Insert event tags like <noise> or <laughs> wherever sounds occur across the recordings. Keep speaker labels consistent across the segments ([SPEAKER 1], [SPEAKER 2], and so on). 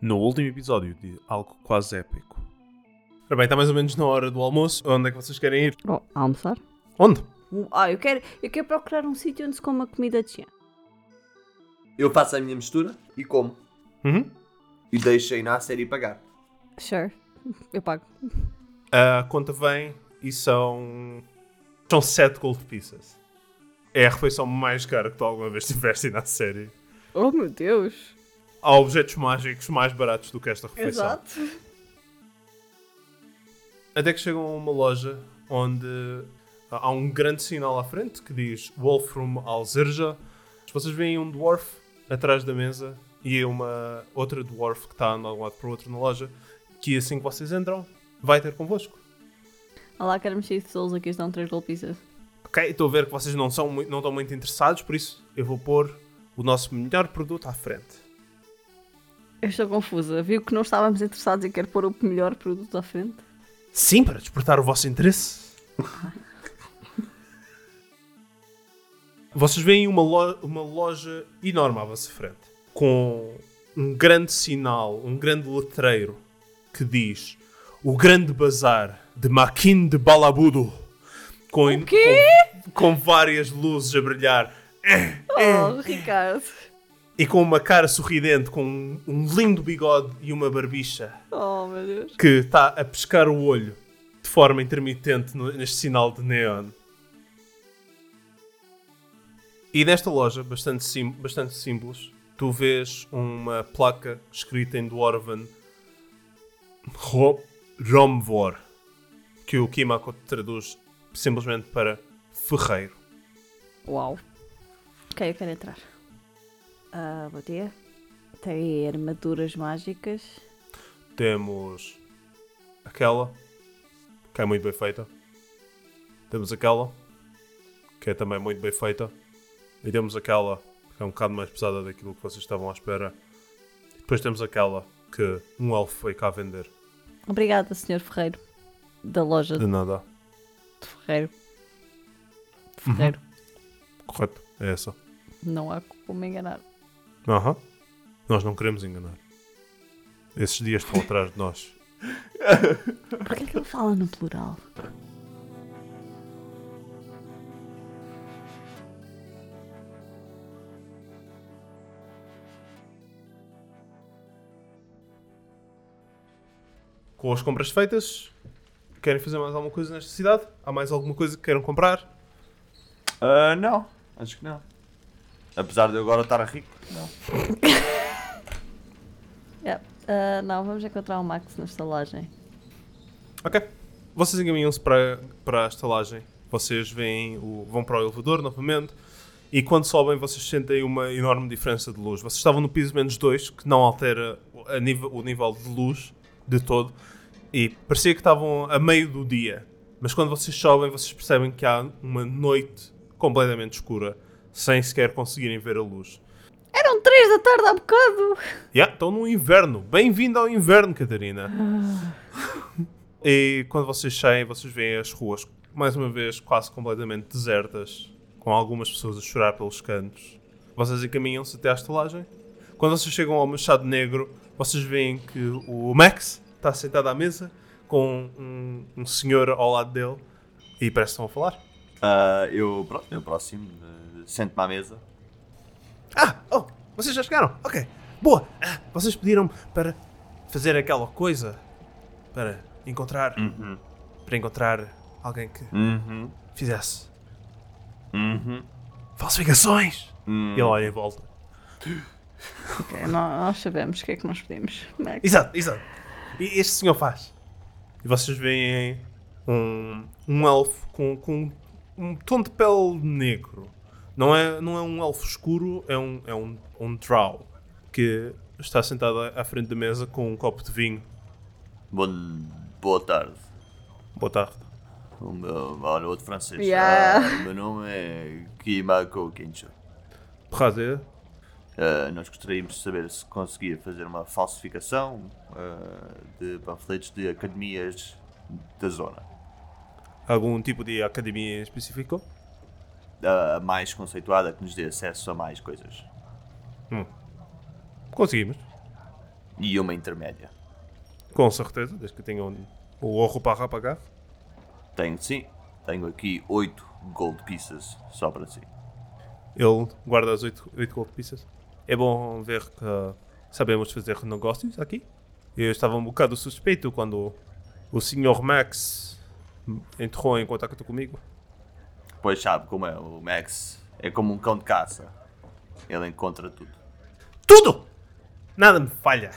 [SPEAKER 1] No último episódio de algo quase épico.
[SPEAKER 2] Ora bem, está mais ou menos na hora do almoço. Onde é que vocês querem ir?
[SPEAKER 3] Oh, almoçar?
[SPEAKER 2] Onde?
[SPEAKER 3] Ah, eu quero, eu quero procurar um sítio onde se coma comida de chão.
[SPEAKER 4] Eu faço a minha mistura e como.
[SPEAKER 2] Uhum.
[SPEAKER 4] E deixo a Inácia ir pagar.
[SPEAKER 3] Sure. Eu pago.
[SPEAKER 2] A conta vem e são. São 7 gold pieces. É a refeição mais cara que tu alguma vez tiveste na série.
[SPEAKER 3] Oh meu Deus!
[SPEAKER 2] Há objetos mágicos mais baratos do que esta refeição. Até que chegam a uma loja onde há um grande sinal à frente que diz Wolfram Alzerja. Vocês veem um dwarf atrás da mesa e uma outra dwarf que está andando de um lado para o outro na loja, que assim que vocês entram, vai ter convosco.
[SPEAKER 3] Olá, quero mexer de souls aqui, estão 3 golpices.
[SPEAKER 2] Ok, estou a ver que vocês não, são, mui- não estão muito interessados, por isso eu vou pôr o nosso melhor produto à frente.
[SPEAKER 3] Eu estou confusa. Viu que não estávamos interessados e quero pôr o melhor produto à frente?
[SPEAKER 2] Sim, para despertar o vosso interesse. <laughs> Vocês veem uma, lo- uma loja enorme à vossa frente, com um grande sinal, um grande letreiro que diz o grande bazar de Maquin de Balabudo, com, en-
[SPEAKER 3] quê?
[SPEAKER 2] com, com várias luzes a brilhar eh,
[SPEAKER 3] Oh, Ricardo!
[SPEAKER 2] e com uma cara sorridente, com um- um lindo bigode e uma barbicha.
[SPEAKER 3] Oh meu Deus!
[SPEAKER 2] que está a pescar o olho de forma intermitente no- neste sinal de neon. E nesta loja, bastante, sim, bastante simples, tu vês uma placa escrita em Dwarven Ro- Romvor, que o Kimako traduz simplesmente para ferreiro.
[SPEAKER 3] Uau! Ok, eu quero entrar. Ah, bom dia. Tem armaduras mágicas.
[SPEAKER 2] Temos aquela, que é muito bem feita. Temos aquela, que é também muito bem feita. E temos aquela, que é um bocado mais pesada daquilo que vocês estavam à espera. E depois temos aquela, que um elfo foi cá vender.
[SPEAKER 3] Obrigada, Sr. Ferreiro. Da loja
[SPEAKER 2] De nada.
[SPEAKER 3] de Ferreiro. Ferreiro.
[SPEAKER 2] Correto? É essa.
[SPEAKER 3] Não há como enganar.
[SPEAKER 2] Aham. Nós não queremos enganar. Esses dias estão atrás de nós.
[SPEAKER 3] Porquê que ele fala no plural?
[SPEAKER 2] Com as compras feitas, querem fazer mais alguma coisa nesta cidade? Há mais alguma coisa que queiram comprar?
[SPEAKER 4] Ah, não, acho que não. Apesar de eu agora estar rico, não.
[SPEAKER 3] Yeah. Ah, não, vamos encontrar o Max na estalagem.
[SPEAKER 2] Ok. Vocês encaminham-se para, para a estalagem. Vocês veem o, vão para o elevador novamente. E quando sobem, vocês sentem uma enorme diferença de luz. Vocês estavam no piso menos 2, que não altera o- a nível- o nível de luz de todo. E parecia que estavam a meio do dia. Mas quando vocês sobem, vocês percebem que há uma noite completamente escura, sem sequer conseguirem ver a luz.
[SPEAKER 3] Eram três da tarde há bocado!
[SPEAKER 2] Yeah, estão Então, no inverno. Bem-vindo ao inverno, Catarina. e quando vocês saem, vocês veem as ruas, mais uma vez, quase completamente desertas, com algumas pessoas a chorar pelos cantos. Vocês encaminham-se até à estalagem. Quando vocês chegam ao Machado Negro, vocês veem que o Max está sentado à mesa com um, um senhor ao lado dele e parece que estão a falar.
[SPEAKER 4] Ah, eu, pronto, eu próximo, eh, sento-me à mesa.
[SPEAKER 2] Ah, oh, vocês já chegaram? Ok, boa. Ah, Vocês pediram para fazer aquela coisa para encontrar, para encontrar alguém que
[SPEAKER 4] Uhum,
[SPEAKER 2] fizesse
[SPEAKER 4] uhum.
[SPEAKER 2] falsificações.
[SPEAKER 4] Hum.
[SPEAKER 2] E ele olha em volta.
[SPEAKER 3] Ok, nó- nós sabemos o que é que nós pedimos. Max.
[SPEAKER 2] Exato, exato. E este senhor faz. E vocês veem um, um elfo com, com um tom de pele negro. Não é, não é um elfo escuro, é um, é um, um drow que está sentado à à frente da mesa com um copo de vinho.
[SPEAKER 4] Bom, boa tarde.
[SPEAKER 2] Boa tarde.
[SPEAKER 4] O meu, olha, outro francês.
[SPEAKER 3] Yeah.
[SPEAKER 4] Ah, o meu nome é Kimako Kencho.
[SPEAKER 2] Prazer.
[SPEAKER 4] Ah, nós gostaríamos de saber se conseguia fazer uma falsificação ah, de panfletos de academias da zona.
[SPEAKER 2] Algum tipo de academia em específico?
[SPEAKER 4] Ah, A mais conceituada que nos dê acesso a mais coisas.
[SPEAKER 2] Conseguimos.
[SPEAKER 5] e uma intermédia.
[SPEAKER 2] Com certeza, desde que tenham o ouro para pagar.
[SPEAKER 5] Tenho sim, tenho aqui 8 gold pieces só para si.
[SPEAKER 2] Ele guarda as 8, gold pieces. É bom ver que sabemos fazer negócios aqui. Eu estava um bocado suspeito quando o Sr. Max entrou em contato comigo.
[SPEAKER 5] Pois sabe como é, o Max é como um cão de caça. Ele encontra tudo.
[SPEAKER 2] Tudo! Nada me falha.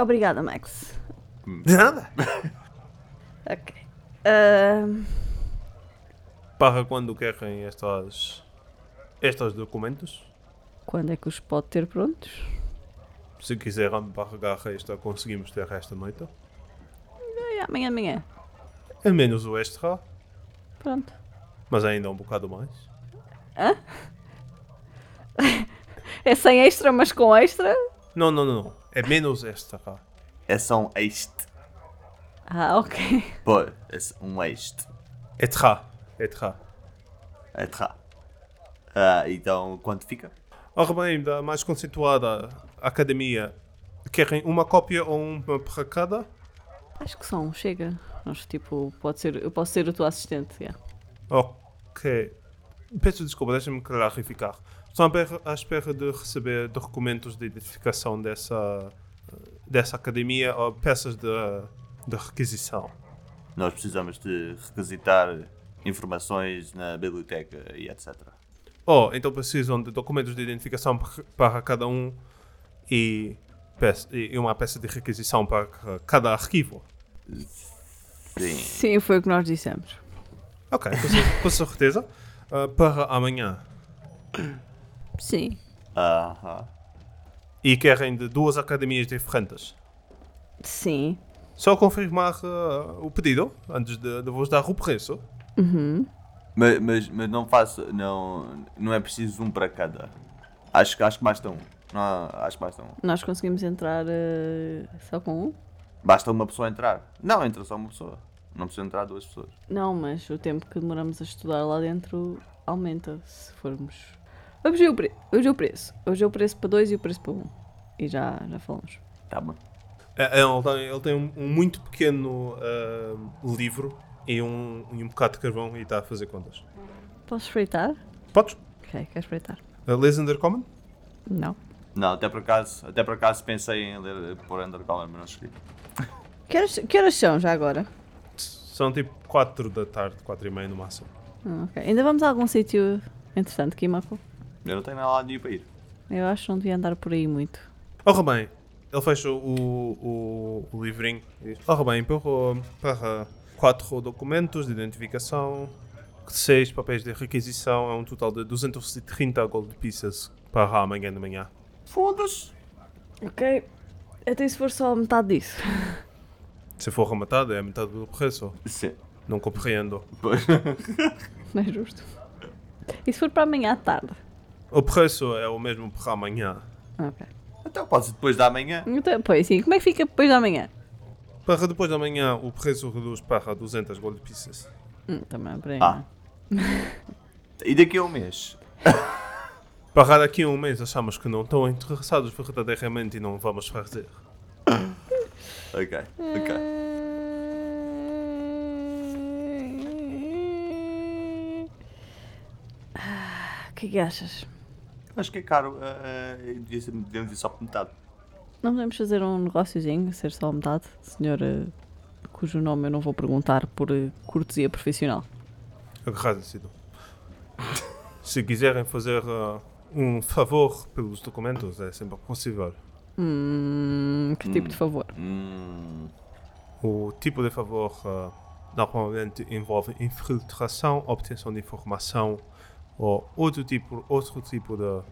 [SPEAKER 3] Obrigada, Max.
[SPEAKER 2] De nada.
[SPEAKER 3] Ok. Ah, Ahm,
[SPEAKER 2] Para quando querem estes, estes documentos.
[SPEAKER 3] quando é que os pode ter prontos?
[SPEAKER 2] Se quiserem pagar esta, conseguimos ter esta noite.
[SPEAKER 3] É amanhã de manhã.
[SPEAKER 2] É menos o extra,
[SPEAKER 3] Pronto.
[SPEAKER 2] mas ainda um bocado mais.
[SPEAKER 3] É sem extra, mas com extra?
[SPEAKER 2] Não, não, não. não. É menos extra.
[SPEAKER 5] É só um este.
[SPEAKER 3] Ah, ok.
[SPEAKER 5] Pô, é só um este.
[SPEAKER 2] É tra. É tra.
[SPEAKER 5] É tra. Ah, então quanto fica?
[SPEAKER 2] Ora bem, da mais conceituada academia, querem uma cópia ou uma para cada?
[SPEAKER 3] Acho que só um chega. Acho tipo, pode ser, eu posso ser o teu assistente. yeah.
[SPEAKER 2] Ok. Peço desculpa, deixa-me clarificar. Estou à espera- à espera de receber documentos de identificação dessa, dessa academia ou peças de, de requisição.
[SPEAKER 5] Nós precisamos de requisitar informações na biblioteca e etc.
[SPEAKER 2] Oh, então precisam de documentos de identificação par- para cada um e, peça- e uma peça de requisição para ca- cada arquivo.
[SPEAKER 5] Sim.
[SPEAKER 3] Sim, foi o que nós dissemos.
[SPEAKER 2] Ok, com, cer- com certeza. <laughs> Ah, para amanhã.
[SPEAKER 3] Sim.
[SPEAKER 5] Aham.
[SPEAKER 2] E querem de duas academias diferentes.
[SPEAKER 3] Sim.
[SPEAKER 2] Só confirmar ah, o pedido antes de, de vos dar o preço.
[SPEAKER 5] Mas, mas, mas não faço. Não, não é preciso um para cada. Acho, que- acho que basta um. Não, acho que basta um.
[SPEAKER 3] Nós conseguimos entrar eh, só com um?
[SPEAKER 5] Basta uma pessoa entrar. Não, entra só uma pessoa. Não precisa entrar duas pessoas.
[SPEAKER 3] Não, mas o tempo que demoramos a estudar lá dentro aumenta se formos. Vamos ver o, pre... Hoje é o preço. Hoje é o preço para dois e o preço para um. E já, já falamos.
[SPEAKER 5] Tá bom.
[SPEAKER 2] É, é, ele tem, ele tem um, um muito pequeno ah, livro e um, e um bocado de carvão e está a fazer contas.
[SPEAKER 3] Posso espreitar?
[SPEAKER 2] Podes?
[SPEAKER 3] Ok, quero espreitar.
[SPEAKER 2] Uh, Lays Undercommon?
[SPEAKER 3] Não.
[SPEAKER 5] Não, até por acaso, até por acaso pensei em ler eh, por Undercover, mas não escrevi.
[SPEAKER 3] Que horas, que horas são já agora?
[SPEAKER 2] São tipo 4 da tarde, 4 e meia no máximo.
[SPEAKER 3] Ah, ok. Ainda vamos a algum sítio interessante, Kimako?
[SPEAKER 5] Eu não tenho nada lá de ir para ir.
[SPEAKER 3] Eu acho que não devia andar por aí muito.
[SPEAKER 2] Ora bem, Oh, ele fecha o, o, o livrinho e diz: Ora bem, para, para quatro documentos de identificação, seis papéis de requisição, é um total de 230 gold pieces para amanhã de manhã.
[SPEAKER 5] Foda-se!
[SPEAKER 3] Ok. Até se for só metade disso.
[SPEAKER 2] Se for a metade, é a metade do preço.
[SPEAKER 5] Sim.
[SPEAKER 2] Não compreendo.
[SPEAKER 5] Pois.
[SPEAKER 3] <laughs>
[SPEAKER 5] <laughs>
[SPEAKER 3] Não é justo. E se for para amanhã à tarde?
[SPEAKER 2] O preço é o mesmo para amanhã.
[SPEAKER 3] Ok.
[SPEAKER 5] Então pode ser depois da manhã.
[SPEAKER 3] Então, pois sim, como é que fica depois da manhã?
[SPEAKER 2] Para depois da manhã, o preço reduz para 200 gold pieces.
[SPEAKER 3] Hum, também, peraí. <laughs>
[SPEAKER 5] Ah. E daqui a um mês?
[SPEAKER 2] Para daqui a um mês, achamos que não estão interessados verdadeiramente e não vamos fazer.
[SPEAKER 5] Ok, ok.
[SPEAKER 3] Ah, O que é que achas?
[SPEAKER 5] Acho que é caro. eh, eh, devia ser- Devíamos ir só por metade.
[SPEAKER 3] Não podemos fazer um negóciozinho, ser só a metade, senhora cujo nome eu não vou perguntar por eh, cortesia profissional.
[SPEAKER 2] Agradecido. Se quiserem fazer ah, um favor pelos documentos, é sempre possível.
[SPEAKER 3] Hum, que tipo de favor?
[SPEAKER 5] Hum.
[SPEAKER 2] O tipo de favor ah, normalmente envolve infiltração, obtenção de informação ou outro tipo, outro tipo de.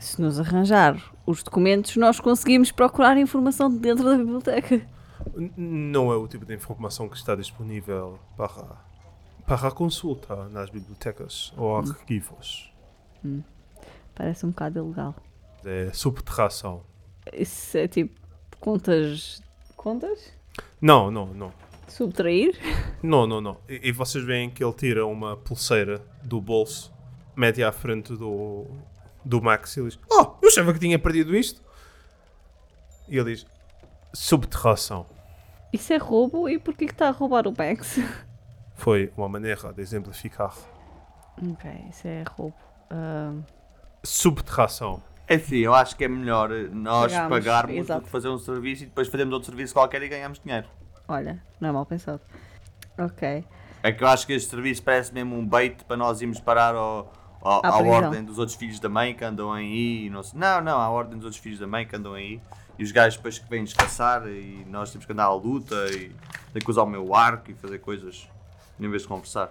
[SPEAKER 3] Se nos arranjar os documentos, nós conseguimos procurar informação de dentro da biblioteca.
[SPEAKER 2] N- Não é o tipo de informação que está disponível para, para consulta nas bibliotecas ou arquivos.
[SPEAKER 3] Parece um bocado ilegal.
[SPEAKER 2] É subtração.
[SPEAKER 3] Isso é tipo contas. Contas?
[SPEAKER 2] Não, não, não.
[SPEAKER 3] Subtrair?
[SPEAKER 2] Não, não, não. E, e vocês veem que ele tira uma pulseira do bolso mete à frente do, do Max e diz: Oh, eu achava que tinha perdido isto. E ele diz: Subterração.
[SPEAKER 3] Isso é roubo e porquê que está a roubar o Max?
[SPEAKER 2] Foi uma maneira de exemplificar.
[SPEAKER 3] <laughs> ok, isso é roubo. Ahm,
[SPEAKER 2] Subterração.
[SPEAKER 5] Enfim, eu acho que é melhor nós
[SPEAKER 3] Pagamos,
[SPEAKER 5] pagarmos do
[SPEAKER 3] exato.
[SPEAKER 5] que fazer um serviço e depois fazemos outro serviço qualquer e ganhamos dinheiro.
[SPEAKER 3] olha, não é mal pensado. Ok.
[SPEAKER 5] É que eu acho que este serviço parece mesmo um bait para nós irmos parar ao, ao-
[SPEAKER 3] À
[SPEAKER 5] à
[SPEAKER 3] prisão.
[SPEAKER 5] ordem dos outros filhos da mãe que andam aí. e Não, sei- não, não, à ordem dos outros filhos da mãe que andam aí. E os gajos depois que vêm descansar e nós temos que andar à luta e ter que usar o meu arco e fazer coisas em vez
[SPEAKER 3] <laughs>
[SPEAKER 5] de conversar.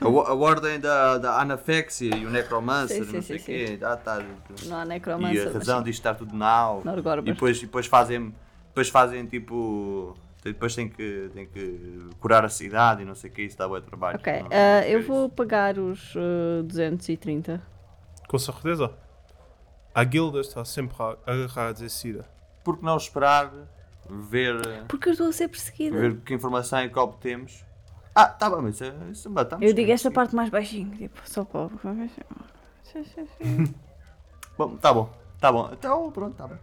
[SPEAKER 5] A, o- a ordem da, da anafexia e o necromancer,
[SPEAKER 3] Sim,
[SPEAKER 5] não
[SPEAKER 3] sim,
[SPEAKER 5] sei o
[SPEAKER 3] sim,
[SPEAKER 5] quê. Ah, tá,
[SPEAKER 3] Não há
[SPEAKER 5] e
[SPEAKER 3] necromancer.
[SPEAKER 5] a
[SPEAKER 3] mas
[SPEAKER 5] razão
[SPEAKER 3] sim.
[SPEAKER 5] disto estar tudo na au.
[SPEAKER 3] Norgorber.
[SPEAKER 5] E depois, e depois fazem depois fazem tipo. Depois tem que, tem que curar a cidade e não sei o que, isso dá bom trabalho.
[SPEAKER 3] Ok,
[SPEAKER 5] Não,
[SPEAKER 3] ah,
[SPEAKER 5] não
[SPEAKER 3] eu
[SPEAKER 5] quero
[SPEAKER 3] vou
[SPEAKER 5] isso.
[SPEAKER 3] pagar os ah, 230.
[SPEAKER 2] Com certeza. A guilda está sempre a- agarrada a Sida.
[SPEAKER 5] Por que não esperar ver,
[SPEAKER 3] Porque eu estou a ser perseguida.
[SPEAKER 5] ver que informação é que obtemos? Ah, tá bom, mas isso, isso batamos. né?
[SPEAKER 3] Eu digo esta parte mais baixinho, tipo, só para.
[SPEAKER 5] Bom, tá bom, tá bom. Então, pronto, tá bom.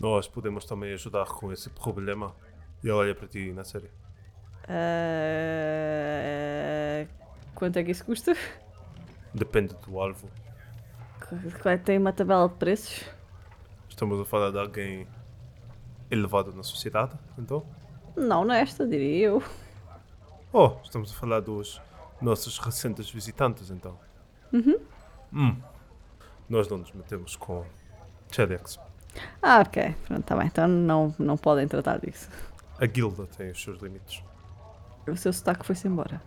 [SPEAKER 2] Nós podemos também ajudar com esse problema. E ele olha para ti na série.
[SPEAKER 3] Ah, Quanto é que isso custa?
[SPEAKER 2] Depende do alvo.
[SPEAKER 3] Claro, é Tem uma tabela de preços.
[SPEAKER 2] Estamos a falar de alguém elevado na sociedade, então?
[SPEAKER 3] Não, nesta, diria eu.
[SPEAKER 2] Oh, estamos a falar dos nossos recentes visitantes, então. Uhum. Hum. Nós não nos metemos com Chedex.
[SPEAKER 3] Ah, ok. Pronto, tá bem. Então não, não podem tratar disso.
[SPEAKER 2] A guilda tem os seus limites.
[SPEAKER 3] O seu sotaque foi-se embora.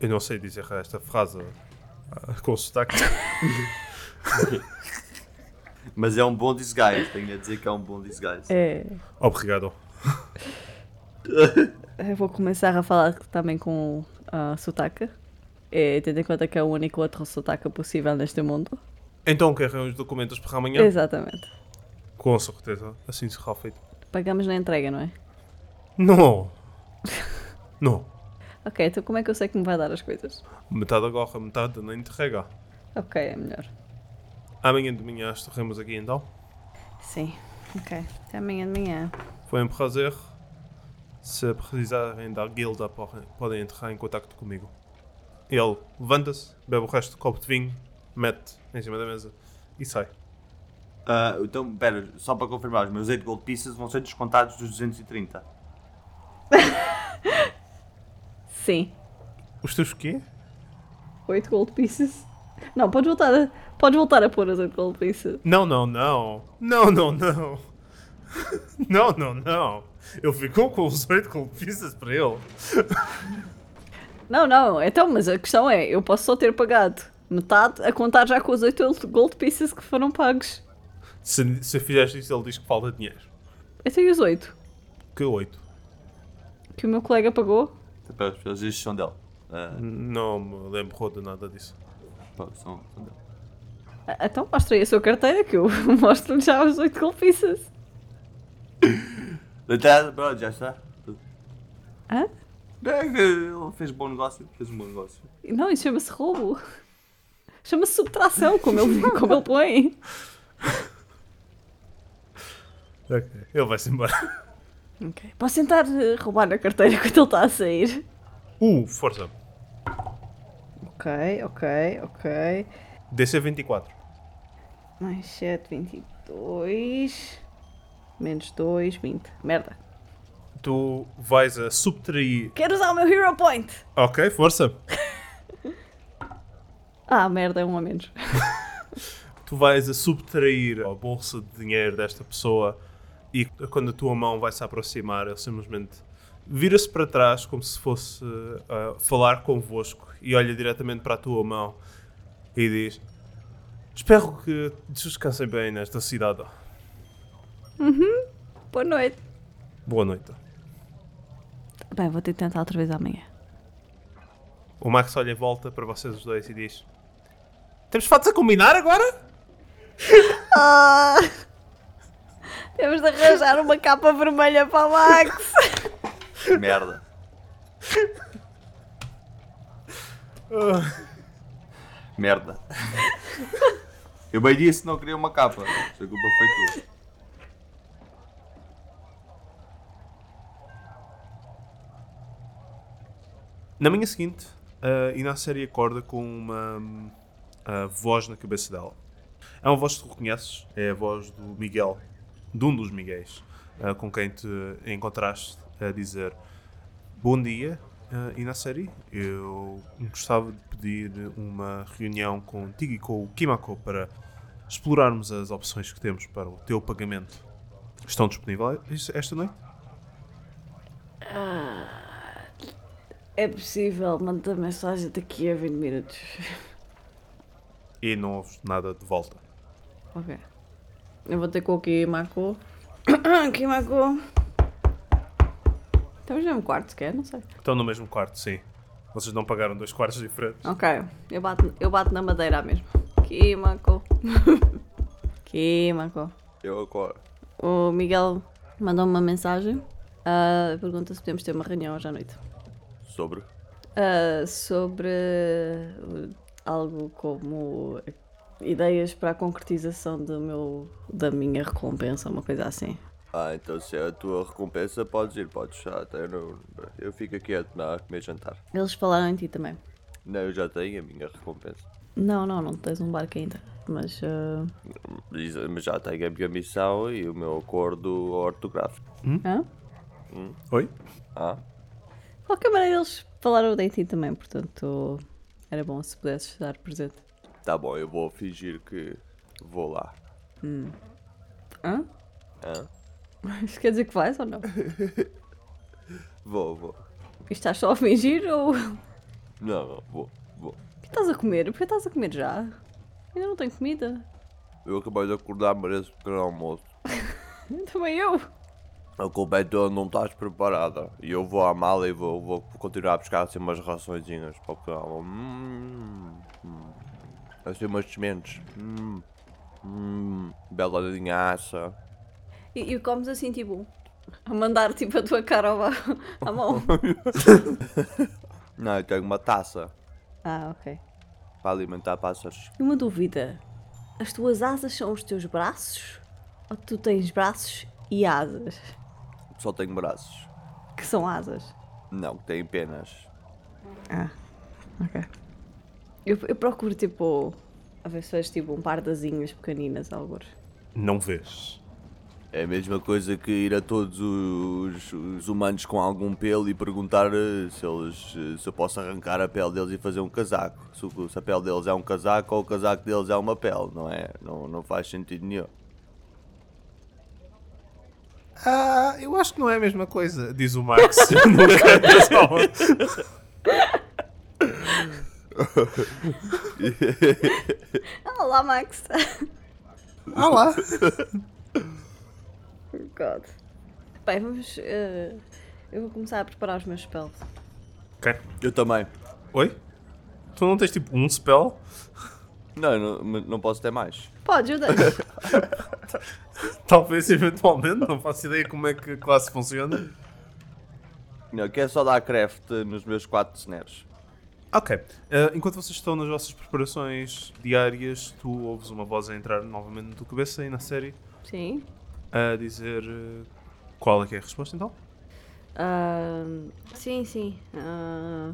[SPEAKER 2] Eu não sei dizer esta frase ah, com sotaque.
[SPEAKER 5] Mas é um bom disguise, tenho a dizer que é um bom disguise.
[SPEAKER 3] É.
[SPEAKER 2] Obrigado.
[SPEAKER 3] Eu vou começar a falar também com ah, sotaque. É, tendo em conta que é o único outro sotaque possível neste mundo.
[SPEAKER 2] Então querem os documentos para amanhã?
[SPEAKER 3] Exatamente.
[SPEAKER 2] Com certeza. Assim será feito.
[SPEAKER 3] Pagamos na entrega, não é?
[SPEAKER 2] Não! não.
[SPEAKER 3] Ok, então como é que eu sei que me vai dar as coisas?
[SPEAKER 2] Metade agora, metade na entrega.
[SPEAKER 3] Ok, é melhor.
[SPEAKER 2] Amanhã de manhã estaremos aqui então.
[SPEAKER 3] Sim. Ok. Até amanhã de manhã.
[SPEAKER 2] Foi um prazer. Se precisarem da guilda, podem podem entrar em contato comigo. Ele levanta-se, bebe o resto do copo de vinho, mete em cima da mesa e sai.
[SPEAKER 5] Ah, então, pera, só para confirmar, os meus 8 gold pieces vão ser descontados dos 230.
[SPEAKER 3] Sim.
[SPEAKER 2] Os teus quê?
[SPEAKER 3] 8 gold pieces. Não, podes voltar a, podes voltar a pôr as 8 gold pieces.
[SPEAKER 2] Não, não, não. Não, não, não. Não, não, não. Ele ficou com os oito golpistas para ele.
[SPEAKER 3] Não, não, então, mas a questão é, eu posso só ter pagado metade a contar já com os 8 gold pieces que foram pagos.
[SPEAKER 2] Se, se fizeste isso, ele diz que falta dinheiro.
[SPEAKER 3] Eu tenho Então os 8
[SPEAKER 2] Que oito?
[SPEAKER 3] que o meu colega pagou.
[SPEAKER 5] Então, Pera, Os eles dizem que são dele. Ah,
[SPEAKER 2] Não me lembro de nada disso.
[SPEAKER 5] pá, são, são dele.
[SPEAKER 3] Ah, Então mostra aí a sua carteira que eu <laughs> mostro-lhe já os 8 gold pieces.
[SPEAKER 5] Até, pronto, já está.
[SPEAKER 3] Hã?
[SPEAKER 5] É que Ele fez bom negócio, fez um bom negócio.
[SPEAKER 3] Não, isso chama-se roubo. Chama-se subtração, como <laughs> ele, como ele põe.
[SPEAKER 2] Ok. Ele vai-se embora. <laughs>
[SPEAKER 3] Ok. Posso tentar eh, roubar a carteira quando ele está a sair?
[SPEAKER 2] Uh, força.
[SPEAKER 3] Ok, ok, ok.
[SPEAKER 2] DC 24.
[SPEAKER 3] Mais 7, 22. Menos 2, 20. Merda.
[SPEAKER 2] Tu vais a subtrair.
[SPEAKER 3] Quero usar o meu Hero Point!
[SPEAKER 2] Ok, força.
[SPEAKER 3] Ah, merda, é um a menos.
[SPEAKER 2] Tu vais a subtrair a bolsa de dinheiro desta pessoa e quando a tua mão vai se aproximar, ele simplesmente vira-se para trás como se fosse ah, falar convosco e olha diretamente para a tua mão e diz: Espero que descansem bem nesta cidade.
[SPEAKER 3] Boa noite.
[SPEAKER 2] Boa noite.
[SPEAKER 3] Bem, vou ter de tentar outra vez amanhã.
[SPEAKER 2] O Max olha em volta para vocês os dois e diz: Temos fatos a combinar agora?
[SPEAKER 3] Ah! Temos de arranjar uma capa vermelha para o Max!
[SPEAKER 5] <laughs> Merda. Merda. Eu bem disse, não queria uma capa. Se a culpa foi tua.
[SPEAKER 2] Na manhã seguinte, uh, Inácia acorda com uma hum, ah, voz na cabeça dela. É uma voz que tu reconheces, é a voz do Miguel, de um dos Miguéis, ah, com quem te encontraste a dizer Bom dia, uh, Inaceri. Eu gostava de pedir uma reunião contigo e com o Kimako para explorarmos as opções que temos para o teu pagamento. Estão disponíveis esta noite?
[SPEAKER 3] É possível, manda a mensagem daqui a 20 minutos.
[SPEAKER 2] E não ouves nada de volta.
[SPEAKER 3] <laughs> Ok. Eu vou ter com o Kimako. <coughs> Kimako. Estamos no mesmo quarto sequer, não sei.
[SPEAKER 2] Estão no mesmo quarto, sim. Vocês não pagaram dois quartos diferentes.
[SPEAKER 3] Ok, eu bato, eu bato na madeira mesmo. Kimako. <laughs> Kimako.
[SPEAKER 5] Eu acordo.
[SPEAKER 3] O Miguel mandou-me uma mensagem. ah, pergunta se podemos ter uma reunião hoje à noite.
[SPEAKER 5] Sobre.
[SPEAKER 3] Ah, sobre uh, algo como ideias para a concretização do meu, da minha recompensa, uma coisa assim.
[SPEAKER 5] Ah, então se é a tua recompensa, podes ir, podes. já eu, eu fico aqui a comer jantar.
[SPEAKER 3] Eles falaram em ti também.
[SPEAKER 5] Não, eu já tenho a minha recompensa.
[SPEAKER 3] Não, não, não tens um barco ainda. Mas ah,
[SPEAKER 5] Diz- Mas já tenho a minha missão e o meu acordo ortográfico.
[SPEAKER 3] hã?
[SPEAKER 2] Oi?
[SPEAKER 5] Ah,
[SPEAKER 3] De qualquer maneira, eles falaram em ti também, portanto era bom se pudesses estar presente.
[SPEAKER 5] tá bom, eu vou fingir que vou lá.
[SPEAKER 3] Hã?
[SPEAKER 5] Hã?
[SPEAKER 3] Isto quer dizer que vais ou não?
[SPEAKER 5] Vou, vou.
[SPEAKER 3] Estás só a fingir ou. O
[SPEAKER 5] Não, não, vou, vou.
[SPEAKER 3] que estás a comer? Porquê estás a comer já? Ainda não tenho comida.
[SPEAKER 5] Eu acabei de acordar, mereço um pequeno almoço.
[SPEAKER 3] Também eu.
[SPEAKER 5] A culpa é tua, não estás preparada. E eu vou à mala e vou, vou continuar a buscar assim umas raçõezinhas para o pequeno almoço. Hum, hum. Assim umas sementes. Hum, hum. Bela linhaça.
[SPEAKER 3] E, e comes assim, tipo, a mandar tipo a tua cara ao- à <laughs> mão.
[SPEAKER 5] Não, eu tenho uma taça
[SPEAKER 3] ah, ok.
[SPEAKER 5] para alimentar pássaros.
[SPEAKER 3] E uma dúvida: as tuas asas são os teus braços? Ou tu tens braços e asas?
[SPEAKER 5] Só tenho braços.
[SPEAKER 3] Que são asas?
[SPEAKER 5] Não, tenho penas.
[SPEAKER 3] Ah, ok. Eu, eu procuro, tipo, a ver se vejo tipo um par de asinhas pequeninas, alguns.
[SPEAKER 2] Não vês.
[SPEAKER 5] É a mesma coisa que ir a todos os, os humanos com algum pelo e perguntar eh, se, eles, eh, se eu posso arrancar a pele deles e fazer um casaco. Se, o- se a pele deles é um casaco ou o casaco deles é uma pele, não é? Não, não faz sentido nenhum.
[SPEAKER 2] Ah, eu acho que não é a mesma coisa, diz o <laughs> Max. no canto da sala.
[SPEAKER 3] Olá, Max!
[SPEAKER 2] ah lá.
[SPEAKER 3] <laughs> God. Bem, vamos. eh, eu vou começar a preparar os meus spells.
[SPEAKER 2] Ok.
[SPEAKER 5] Eu também.
[SPEAKER 2] Oi? Tu não tens tipo um spell?
[SPEAKER 5] Não, não, mas não posso ter mais.
[SPEAKER 3] Podes, eu deixo.
[SPEAKER 2] Talvez eventualmente, não faço ideia como é que a classe funciona.
[SPEAKER 5] Não, quero só dar craft nos meus quatro snaps.
[SPEAKER 2] Ok. Eh, enquanto vocês estão nas vossas preparações diárias, tu ouves uma voz a entrar novamente na tua cabeça e na série
[SPEAKER 3] Sim.
[SPEAKER 2] a dizer eh, qual é que é a resposta então.
[SPEAKER 3] Ah, sim, sim. Ah,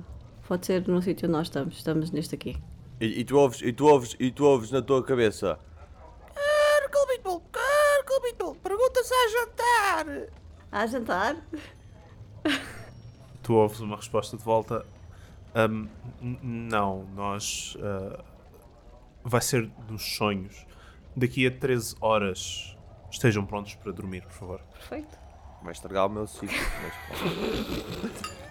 [SPEAKER 3] pode ser no sítio onde nós estamos. Estamos neste aqui.
[SPEAKER 5] E, e tu ouves, e tu ouves, e tu ouves na tua cabeça. Caracol Bitbull, Caracol Bitbull, pergunta-se a jantar.
[SPEAKER 3] A jantar?
[SPEAKER 2] Tu ouves uma resposta de volta. "Ahm, n- não, nós. ah, vai ser dos sonhos. Daqui a 13 horas estejam prontos para dormir, por favor.
[SPEAKER 3] <laughs> Perfeito.
[SPEAKER 5] Vai estragar o meu sítio. mas pronto.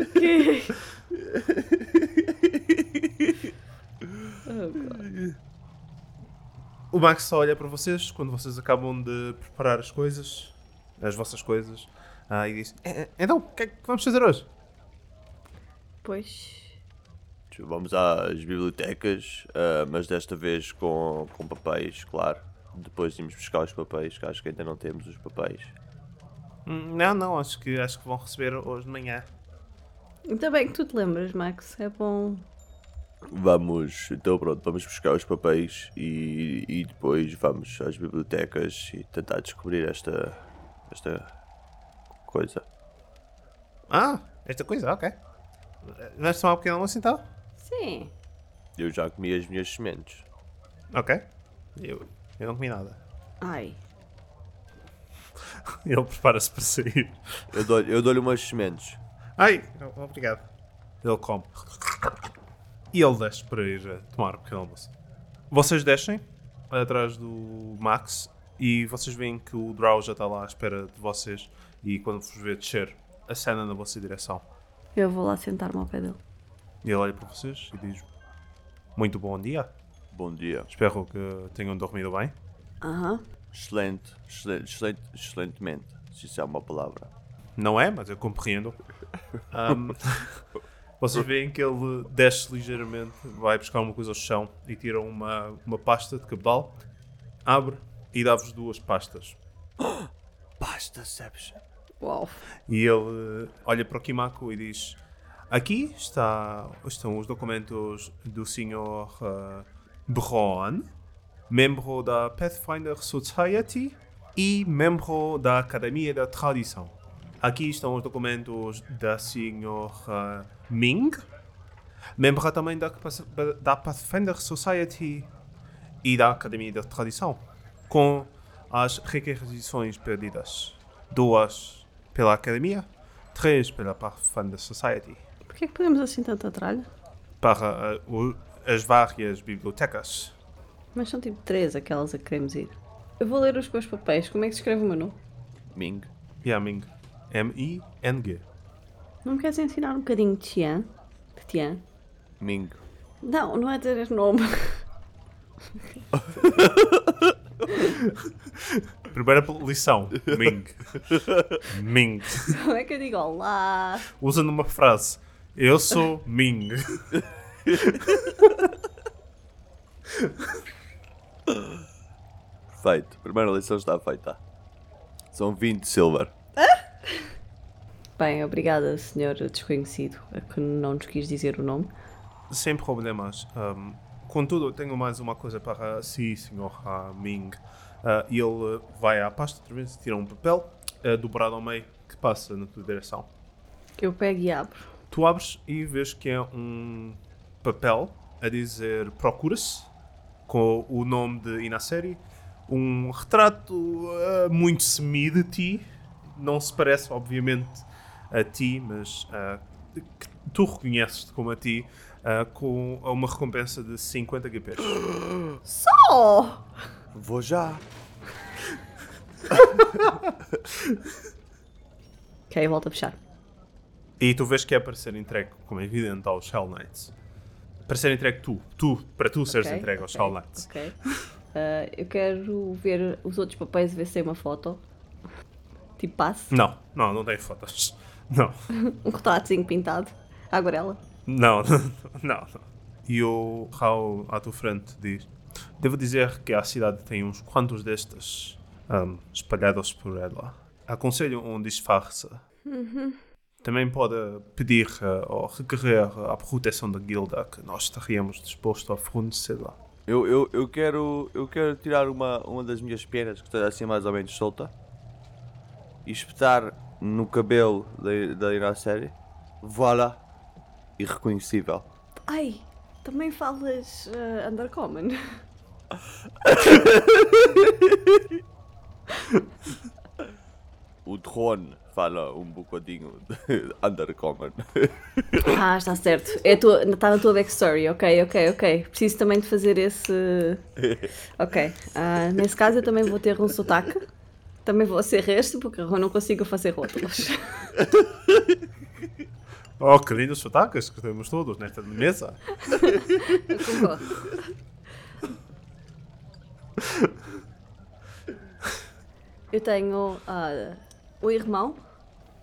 [SPEAKER 3] Ok.
[SPEAKER 2] O Max só olha para vocês quando vocês acabam de preparar as coisas, as vossas coisas, ah, e diz: "Eh, eh, Então, o que é que vamos fazer hoje?
[SPEAKER 3] Pois.
[SPEAKER 5] Vamos às bibliotecas, ah, mas desta vez com, com papéis, claro. Depois temos buscar os papéis, que acho que ainda não temos os papéis.
[SPEAKER 2] Hum, Não, não, acho que, acho que vão receber hoje de manhã.
[SPEAKER 3] Ainda bem que tu te lembras, Max. É bom.
[SPEAKER 5] Vamos, então pronto, vamos buscar os papéis e, e depois vamos às bibliotecas e tentar descobrir esta. esta. coisa.
[SPEAKER 2] Ah, esta coisa, ok. Vais tomar um pequeno almoço então?
[SPEAKER 3] Sim.
[SPEAKER 5] Eu já comi as minhas sementes.
[SPEAKER 2] Ok. Eu, eu não comi nada.
[SPEAKER 3] Ai.
[SPEAKER 2] <laughs> Ele prepara-se para sair.
[SPEAKER 5] Eu dou-lhe eu dou umas sementes.
[SPEAKER 2] Ai, obrigado. Ele come. E ele desce para ir eh, tomar o pequeno almoço. Vocês descem atrás do Max e vocês veem que o Drow já está lá à espera de vocês e quando vos vê descer, acena na vossa direção.
[SPEAKER 3] Eu vou lá sentar-me ao pé dele.
[SPEAKER 2] E ele olha para vocês e diz: Muito bom dia.
[SPEAKER 5] Bom dia.
[SPEAKER 2] Espero que tenham dormido bem.
[SPEAKER 3] Aham.
[SPEAKER 5] Excelente, excelente, excelente, excelentemente. Se isso é uma palavra.
[SPEAKER 2] Não é, mas eu compreendo. Ahm, vocês veem que ele desce ligeiramente, vai buscar uma coisa ao chão e tira uma, uma pasta de cabedal, abre e dá-vos duas pastas.
[SPEAKER 5] Basta, sabes?
[SPEAKER 3] Uau.
[SPEAKER 2] E ele eh, olha para o Kimako e diz: Aqui está, estão os documentos do Sr. eh, Bron, membro da Pathfinder Society e membro da Academia da Tradição. Aqui estão os documentos da Sr. eh, Ming, membro também da, Pas- da Pathfinder Society e da Academia da Tradição, com as requisições perdidas. Duas pela Academia, três pela Pathfinder Society,
[SPEAKER 3] Porquê é que podemos assim tanta tralha?
[SPEAKER 2] para eh, o- as várias bibliotecas.
[SPEAKER 3] Mas são tipo três aquelas a que queremos ir. Eu vou ler os meus papéis. Como é que se escreve o meu nome?
[SPEAKER 5] Ming.
[SPEAKER 2] E a Ming, M-I-N-G.
[SPEAKER 3] Não me queres ensinar um bocadinho de Tian? De Tian?
[SPEAKER 5] Ming.
[SPEAKER 3] Não, não é dizer o nome. <laughs>
[SPEAKER 2] Primeira lição, Ming. Ming.
[SPEAKER 3] Como é que eu digo olá?
[SPEAKER 2] Usa numa frase. Eu sou Ming.
[SPEAKER 5] Feito. Primeira lição está feita. São 20 silver.
[SPEAKER 3] Bem, obrigada, senhor desconhecido, a que não nos quis dizer o nome.
[SPEAKER 2] Sem problemas. Ahm, contudo, tenho mais uma coisa para si, senhor ah, Ming. Ah, ele eh, vai à pasta, outra vez, tira um papel eh, dobrado ao meio que passa na tua direção.
[SPEAKER 3] Eu pego e abro.
[SPEAKER 2] Tu abres e vês que é um papel a dizer procura-se, com o nome de Inaceri. Um retrato ah, muito semi de ti. Não se parece, obviamente, a ti, mas ah, que tu reconheces-te como a ti, ah, com uma recompensa de 50 GPs.
[SPEAKER 3] Só!
[SPEAKER 5] Vou já.
[SPEAKER 3] Ok, volto a fechar.
[SPEAKER 2] E tu vês que é para ser entregue, como é evidente, aos Shell Knights. Para ser entregue tu, tu para tu seres
[SPEAKER 3] Ok,
[SPEAKER 2] entregue aos
[SPEAKER 3] ok,
[SPEAKER 2] Shell Knights.
[SPEAKER 3] Ok. <laughs> Ah, eu quero ver os outros papéis e ver se tem uma foto. Tipo <laughs> passe.
[SPEAKER 2] Não, não, não tem fotos. <laughs> Não.
[SPEAKER 3] Um retratozinho pintado. Aguarela.
[SPEAKER 2] Não, <laughs> não, não. E o Raul à tua frente diz: Devo dizer que a cidade tem uns quantos destes ahm, espalhados por ela. Aconselho um disfarce. Também pode pedir eh, ou requerer a proteção da guilda que nós estaríamos dispostos a fornecê-la.
[SPEAKER 5] Eu, eu, eu quero. Eu quero tirar uma, uma das minhas penas que está assim mais ou menos solta. E espetar no cabelo da, da Iracéria. Voilà. Irreconhecível.
[SPEAKER 3] Ai, também falas ah, Undercommon.
[SPEAKER 5] O drone fala um bocadinho de <laughs> undercommon.
[SPEAKER 3] Ah, está certo. É a tua- Está na tua backstory, ok, ok, ok. Preciso também de fazer esse. Ok. Ah, nesse caso eu também vou ter um sotaque. Também vou ser este, porque eu não consigo fazer rótulos.
[SPEAKER 2] Oh, que lindos sotaques que temos todos nesta mesa!
[SPEAKER 3] Eu concordo. Eu tenho ah, um irmão.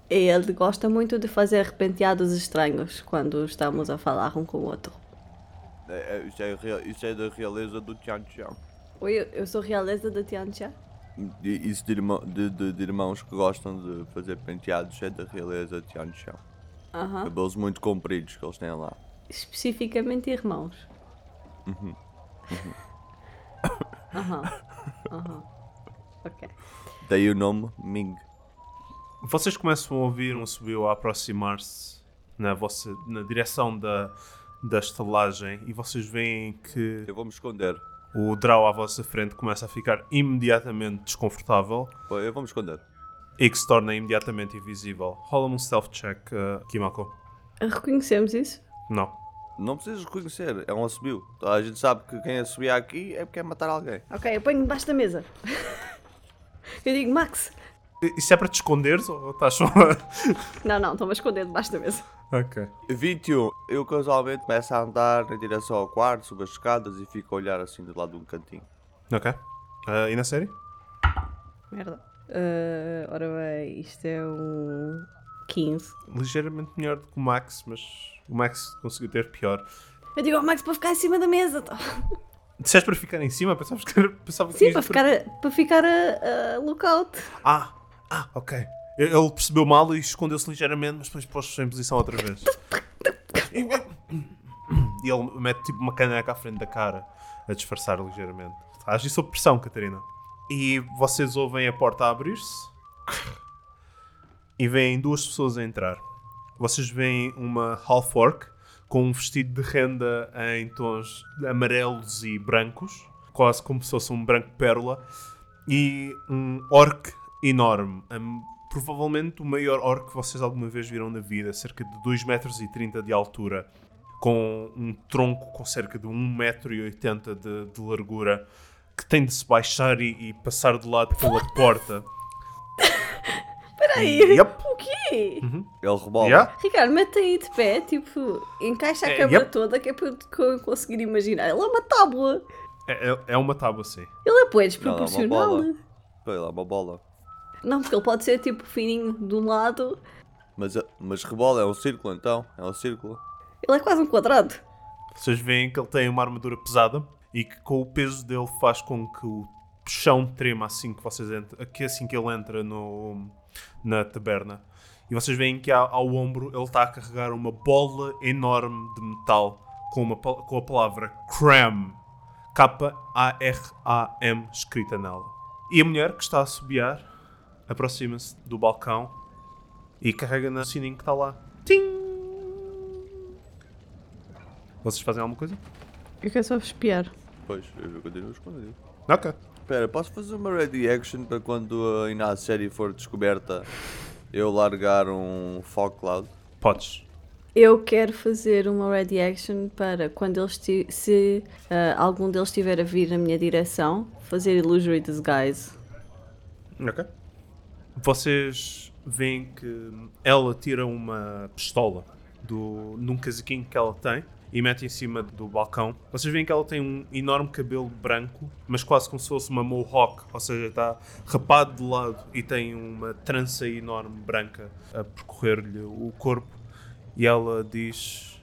[SPEAKER 3] E ele gosta muito de fazer arrepenteados estranhos quando estamos a falar um com o outro.
[SPEAKER 5] É, é, isso, é, rea- isso é da realeza do Tian Tian.
[SPEAKER 3] Oi, eu- eu sou realeza da Tianxia.
[SPEAKER 5] de- isso de, irmão- de- de- de irmãos que gostam de fazer penteados é da realeza de Tiano Chão.
[SPEAKER 3] Aham.
[SPEAKER 5] Cabelos muito compridos que eles têm lá.
[SPEAKER 3] Especificamente irmãos. Uhum. <coughs> Aham. Aham. Ok.
[SPEAKER 5] Daí o nome Ming.
[SPEAKER 2] Vocês começam a ouvir um subiu a aproximar-se na vossa na direção da, da estalagem e vocês veem que
[SPEAKER 5] Eu vou me esconder.
[SPEAKER 2] o draw à vossa frente começa a ficar imediatamente desconfortável
[SPEAKER 5] Pô, Eu vou me esconder.
[SPEAKER 2] e que se torna imediatamente invisível. Rola-me um stealth check, uh, Kimako.
[SPEAKER 3] Reconhecemos isso?
[SPEAKER 2] Não.
[SPEAKER 5] Não precisas reconhecer, é um assobio. Toda a gente sabe que quem assobia aqui é porque quer matar alguém.
[SPEAKER 3] Ok, eu ponho debaixo da mesa. <laughs> Eu digo, Max!
[SPEAKER 2] I- Isso é para te esconderes ou estás só... a- <laughs>
[SPEAKER 3] Não, não, estou-me a esconder debaixo da mesa.
[SPEAKER 2] ok.
[SPEAKER 5] 21. Eu casualmente começo a andar em direção ao quarto, subo as escadas e fico a olhar assim do lado de um cantinho.
[SPEAKER 2] Ok. Uh, e na série?
[SPEAKER 3] Merda. Ah, ora bem, isto é um 15.
[SPEAKER 2] Ligeiramente melhor do que o Max, mas o Max conseguiu ter pior.
[SPEAKER 3] Eu digo ao Max para ficar em cima da mesa. tá?
[SPEAKER 2] Disseste para ficar em cima? Pensavas que... Pensava que
[SPEAKER 3] Sim,
[SPEAKER 2] ias
[SPEAKER 3] para
[SPEAKER 2] para-
[SPEAKER 3] ficar a, para ficar a, a lookout.
[SPEAKER 2] Ah, ah, ok. Ele- Ele percebeu mal e escondeu-se ligeiramente, mas depois pôs-se em posição outra vez. E ele mete tipo uma caneca à frente da cara, a disfarçar ligeiramente. Está a agir sob pressão, Catarina. E vocês ouvem a porta a abrir-se e veem duas pessoas a entrar. Vocês veem uma half-orc com um vestido de renda em tons amarelos e brancos, quase como se fosse um branco pérola, e um orc enorme. Hum, provavelmente o maior orc que vocês alguma vez viram na vida, cerca de 2,30 metros de altura, com um tronco com cerca de 1,80m de, de largura, que tem de se baixar e, e passar de lado pela porta.
[SPEAKER 3] Peraí.
[SPEAKER 2] Yep.
[SPEAKER 3] O quê?
[SPEAKER 5] Ele rebola.
[SPEAKER 2] Yeah.
[SPEAKER 3] Ricardo, mete aí de pé, tipo, encaixa a
[SPEAKER 2] É,
[SPEAKER 3] câmera
[SPEAKER 2] yep.
[SPEAKER 3] toda que é para eu que eu conseguir imaginar. Ele é uma tábua.
[SPEAKER 2] É, é- é uma tábua, sim.
[SPEAKER 3] Ele é poé
[SPEAKER 5] Não, não, uma
[SPEAKER 3] desproporcional.
[SPEAKER 5] bola. Foi lá, uma bola.
[SPEAKER 3] Não, porque ele pode ser tipo fininho de um lado.
[SPEAKER 5] Mas, mas rebola, é um círculo então? É um círculo?
[SPEAKER 3] Ele é quase um quadrado.
[SPEAKER 2] Vocês veem que ele tem uma armadura pesada e que com o peso dele faz com que o chão trema assim que vocês entram, que assim que ele entra no, na taberna. E vocês veem que ao, ao ombro ele está a carregar uma bola enorme de metal com, uma, pal- com a palavra CRAM, K-A-R-A-M, escrita nela. E a mulher que está a assobiar aproxima-se do balcão e carrega no sininho que está lá. Tim! Vocês fazem alguma coisa?
[SPEAKER 3] Eu quero só espiar.
[SPEAKER 5] Pois, eu continuo escondido.
[SPEAKER 2] Ok.
[SPEAKER 5] Espera, posso fazer uma ready action para quando a Iná série for descoberta eu largar um fog cloud?
[SPEAKER 2] Podes.
[SPEAKER 3] Eu quero fazer uma ready action para quando eles ti- se ah, algum deles estiver a vir na minha direção, fazer illusory disguise.
[SPEAKER 2] Ok. Vocês veem que ela tira uma pistola do, num casaquinho que ela tem e mete em cima do balcão. Vocês veem que ela tem um enorme cabelo branco, mas quase como se fosse uma mohawk, ou seja, está rapado de lado e tem uma trança enorme branca a percorrer-lhe o corpo. E ela diz: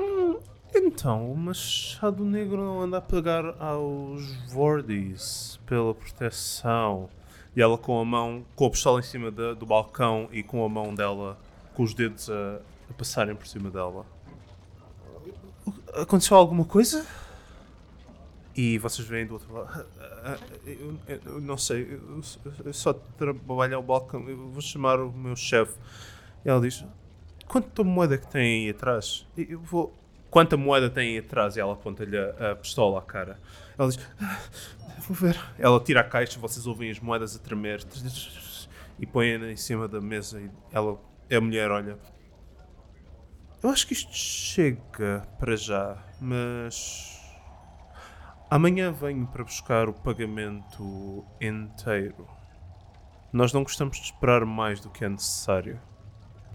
[SPEAKER 2] "Hum, Então, o Machado Negro não anda a pegar aos Vordis pela proteção. E ela com a mão, com a pistola em cima da- do balcão e com a mão dela, com os dedos a, a passarem por cima dela. Aconteceu alguma coisa? E vocês veem do outro lado. "Ah, ah, ah, Eu, eu- eu não sei, eu, eu só trabalho ao balcão. Eu vou chamar o meu chefe. E ela diz: Quanta moeda que tem aí atrás? E Eu vou. Quanta moeda tem aí atrás? E ela aponta-lhe a, a pistola à cara. Ela diz: "Ah, Vou ver. Ela tira a caixa, vocês ouvem as moedas a tremer. E põe-a em cima da mesa. E ela, a mulher olha: Eu acho que isto chega para já, mas. Amanhã venho para buscar o pagamento inteiro. Nós não gostamos de esperar mais do que é necessário.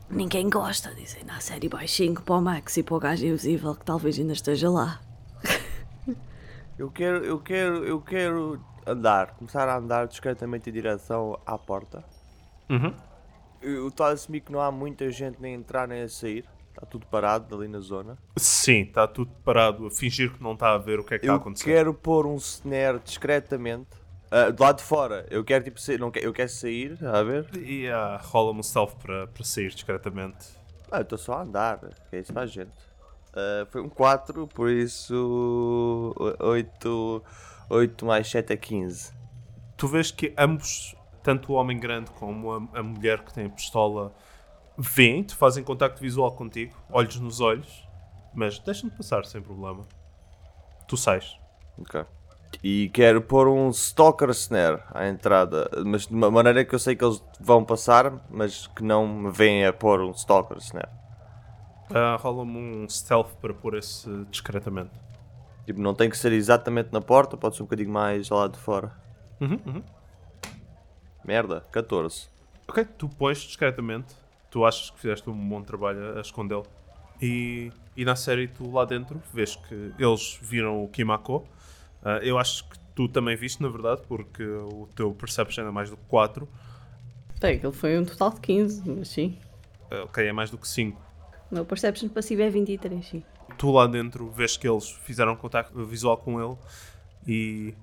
[SPEAKER 3] Ninguém gosta, dizem na série baixinho para o Max e para o gajo invisível que talvez ainda esteja lá.
[SPEAKER 5] Eu quero, eu quero, eu quero andar, começar a andar discretamente em direção à porta.
[SPEAKER 2] Uhum.
[SPEAKER 5] Eu estou a assumir que não há muita gente nem a entrar nem a sair. Está tudo parado ali na zona.
[SPEAKER 2] Sim, tá está tudo parado a fingir que não está a tá ver o que é que está a
[SPEAKER 5] Eu
[SPEAKER 2] acontecer.
[SPEAKER 5] quero pôr um snare discretamente Ah, do lado de fora, eu quero tipo sair, não quero, eu quero sair, está a ver?
[SPEAKER 2] E ah, rola-me um stealth para para sair discretamente.
[SPEAKER 5] Ah, eu estou só a andar, que é isso para a gente. Ah, foi um 4, por isso 8, 8 mais 7 é 15.
[SPEAKER 2] tu vês que ambos, tanto o homem grande como a, a mulher que tem a pistola, veem, te fazem contacto visual contigo, olhos nos olhos, mas deixam-te passar sem problema. Tu sais.
[SPEAKER 5] Ok. E quero pôr um stalker snare à entrada, mas de uma maneira que eu sei que eles vão passar, mas que não me venha a pôr um stalker snare.
[SPEAKER 2] Ah, Rola-me um stealth para pôr esse discretamente.
[SPEAKER 5] Tipo, não tem que ser exatamente na porta, pode ser um bocadinho mais lá de fora. Merda, 14.
[SPEAKER 2] Ok, tu pões discretamente. Tu achas que fizeste um bom trabalho a escondê-lo. E, e na série, tu lá dentro vês que eles viram o Kimako. Ah, eu acho que tu também viste, na verdade, porque o teu Perception é mais do que 4.
[SPEAKER 3] Bem, ele foi um total de 15, mas sim.
[SPEAKER 2] Ah, ok, é mais do que 5.
[SPEAKER 3] O meu perception passivo é 23, sim.
[SPEAKER 2] tu lá dentro vês que eles fizeram contacto visual com ele e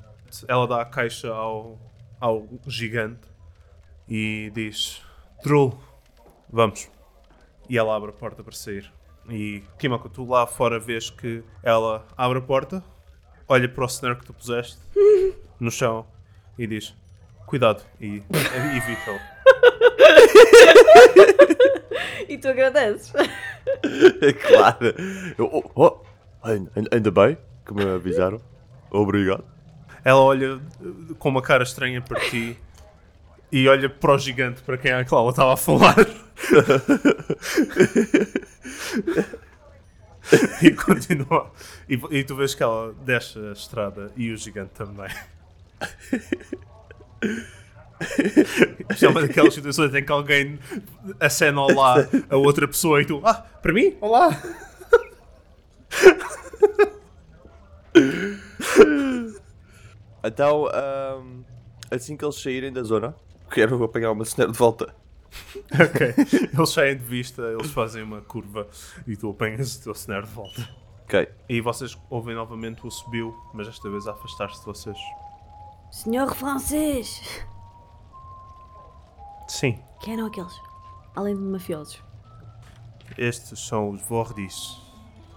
[SPEAKER 2] ela dá a caixa ao, ao gigante e diz Trull, vamos. E ela abre a porta para sair. E Kimako, tu lá fora vês que ela abre a porta, olha para o cenário que tu puseste no chão e diz cuidado e e evita-o.
[SPEAKER 3] E tu agradeces.
[SPEAKER 5] <laughs> claro. Eu- oh, oh, ain- ain- ainda bem que me avisaram. Obrigado.
[SPEAKER 2] Ela olha uh, com uma cara estranha para ti e olha para o gigante para quem é a Cláudia estava a falar. e continua. E, e tu vês que ela desce a estrada e o gigante também. Isto é uma daquelas situações em que alguém acena olá a outra pessoa e tu, ah, para mim? Olá!
[SPEAKER 5] Então, ahm, assim que eles saírem da zona, quero apanhar uma cenoura de volta.
[SPEAKER 2] Ok. Eles saem de vista, eles fazem uma curva e tu apanhas o teu cenário de volta.
[SPEAKER 5] Ok.
[SPEAKER 2] E vocês ouvem novamente o subiu, mas desta vez a afastar-se de vocês.
[SPEAKER 3] Senhor francês!
[SPEAKER 2] Sim,
[SPEAKER 3] Quem eram aqueles? Além de mafiosos.
[SPEAKER 2] estes são os Vordis.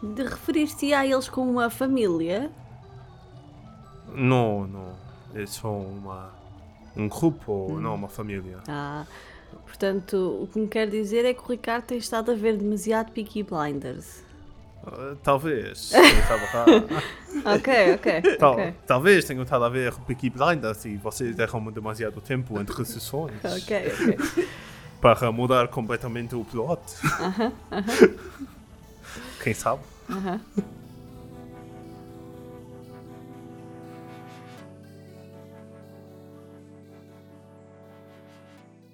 [SPEAKER 3] De referir-se a eles como uma família?
[SPEAKER 2] Não, não. Eles são uma. um grupo, não uma família.
[SPEAKER 3] Hum. Ah, portanto, o que me quer dizer é que o Ricardo tem estado a ver demasiado Peaky Blinders.
[SPEAKER 2] Ah,
[SPEAKER 3] <laughs>
[SPEAKER 2] talvez. eu estava lá.
[SPEAKER 3] Ok, ok.
[SPEAKER 2] Tal-
[SPEAKER 3] ok.
[SPEAKER 2] Talvez tenham estado a ver o Peaky Blinders e vocês derramam demasiado tempo entre sessões
[SPEAKER 3] Ok, ok.
[SPEAKER 2] para mudar completamente o plot. Quem sabe?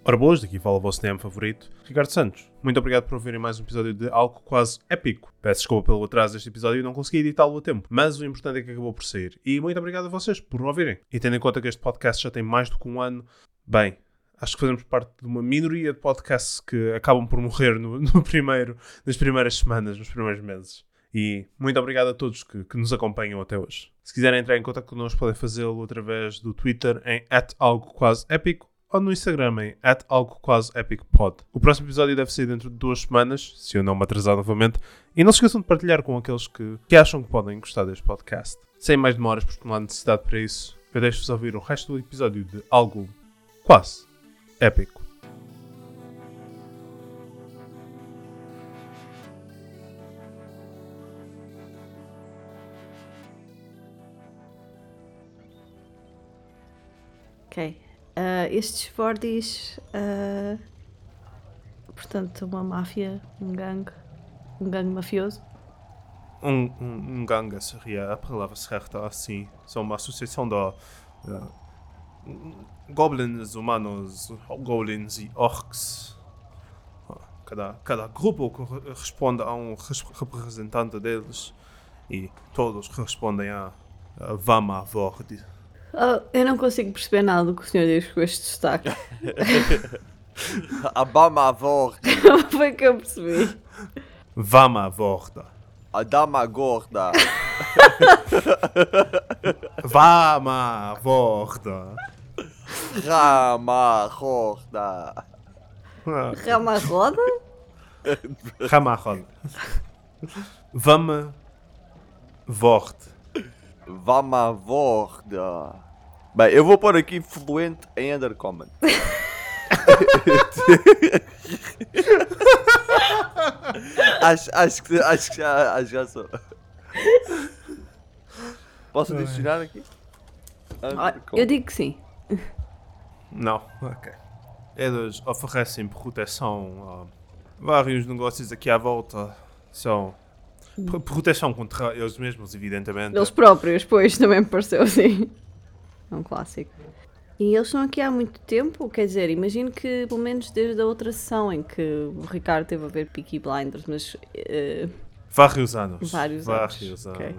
[SPEAKER 2] Ora boas, daqui fala o vosso DM favorito, Ricardo Santos. Muito obrigado por ouvirem mais um episódio de algo quase épico. Peço desculpa pelo atraso deste episódio e não consegui editá-lo a tempo, mas o importante é que acabou por sair. E muito obrigado a vocês por ouvirem. E tendo em conta que este podcast já tem mais do que um ano, bem, acho que fazemos parte de uma minoria de podcasts que acabam por morrer no, <laughs> no primeiro, nas primeiras semanas, nos primeiros meses. E muito obrigado a todos que, que nos acompanham até hoje. Se quiserem entrar em contato connosco, podem fazê-lo através do Twitter em @algoquaseépico ou no Instagram em @algoquaseépicopod. O próximo episódio deve sair dentro de duas semanas, se eu não me atrasar novamente, e não se esqueçam de partilhar com aqueles que, que acham que podem gostar deste podcast. Sem mais demoras, porque não há necessidade para isso, eu deixo-vos ouvir o resto do episódio de algo quase épico.
[SPEAKER 3] Ok. Ah, estes Vordis. ah, portanto, uma máfia, um gangue. Um gangue mafioso.
[SPEAKER 2] Um, um, um ganga seria a palavra certa assim. São uma associação de eh, goblins humanos, goblins e orcs. Cada, cada grupo corre- responde a um res- representante deles e todos respondem a, a Vama Vord.
[SPEAKER 3] Ah, eu não consigo perceber nada do que o senhor diz com este destaque.
[SPEAKER 5] Abama avó.
[SPEAKER 3] Então, <laughs> Foi o que eu percebi.
[SPEAKER 2] Vama Vorda.
[SPEAKER 5] A dama gorda.
[SPEAKER 2] Vá, má, <laughs> volta.
[SPEAKER 5] Rama gorda.
[SPEAKER 2] Ah,
[SPEAKER 3] Rama roda?
[SPEAKER 2] Ramarrod. Vama, vorte.
[SPEAKER 5] Vama gorda. Bem, eu vou pôr aqui fluente em Undercommon. acho, acho que, acho que já, acho que já sou. Posso adicionar aqui?
[SPEAKER 3] Ó,
[SPEAKER 5] Undercommon.
[SPEAKER 3] Ah, Eu digo que sim.
[SPEAKER 2] Não, ok. Eles oferecem proteção a vários negócios aqui à volta. São pr- proteção contra eles mesmos, evidentemente.
[SPEAKER 3] Eles próprios, pois, também me pareceu <laughs> assim. É um clássico. E eles estão aqui há muito tempo, quer dizer, imagino que pelo menos desde a outra sessão em que o Ricardo teve a ver Peaky Blinders, mas eh,
[SPEAKER 2] Vários anos.
[SPEAKER 3] Vários
[SPEAKER 2] Vários anos.
[SPEAKER 3] anos, ok.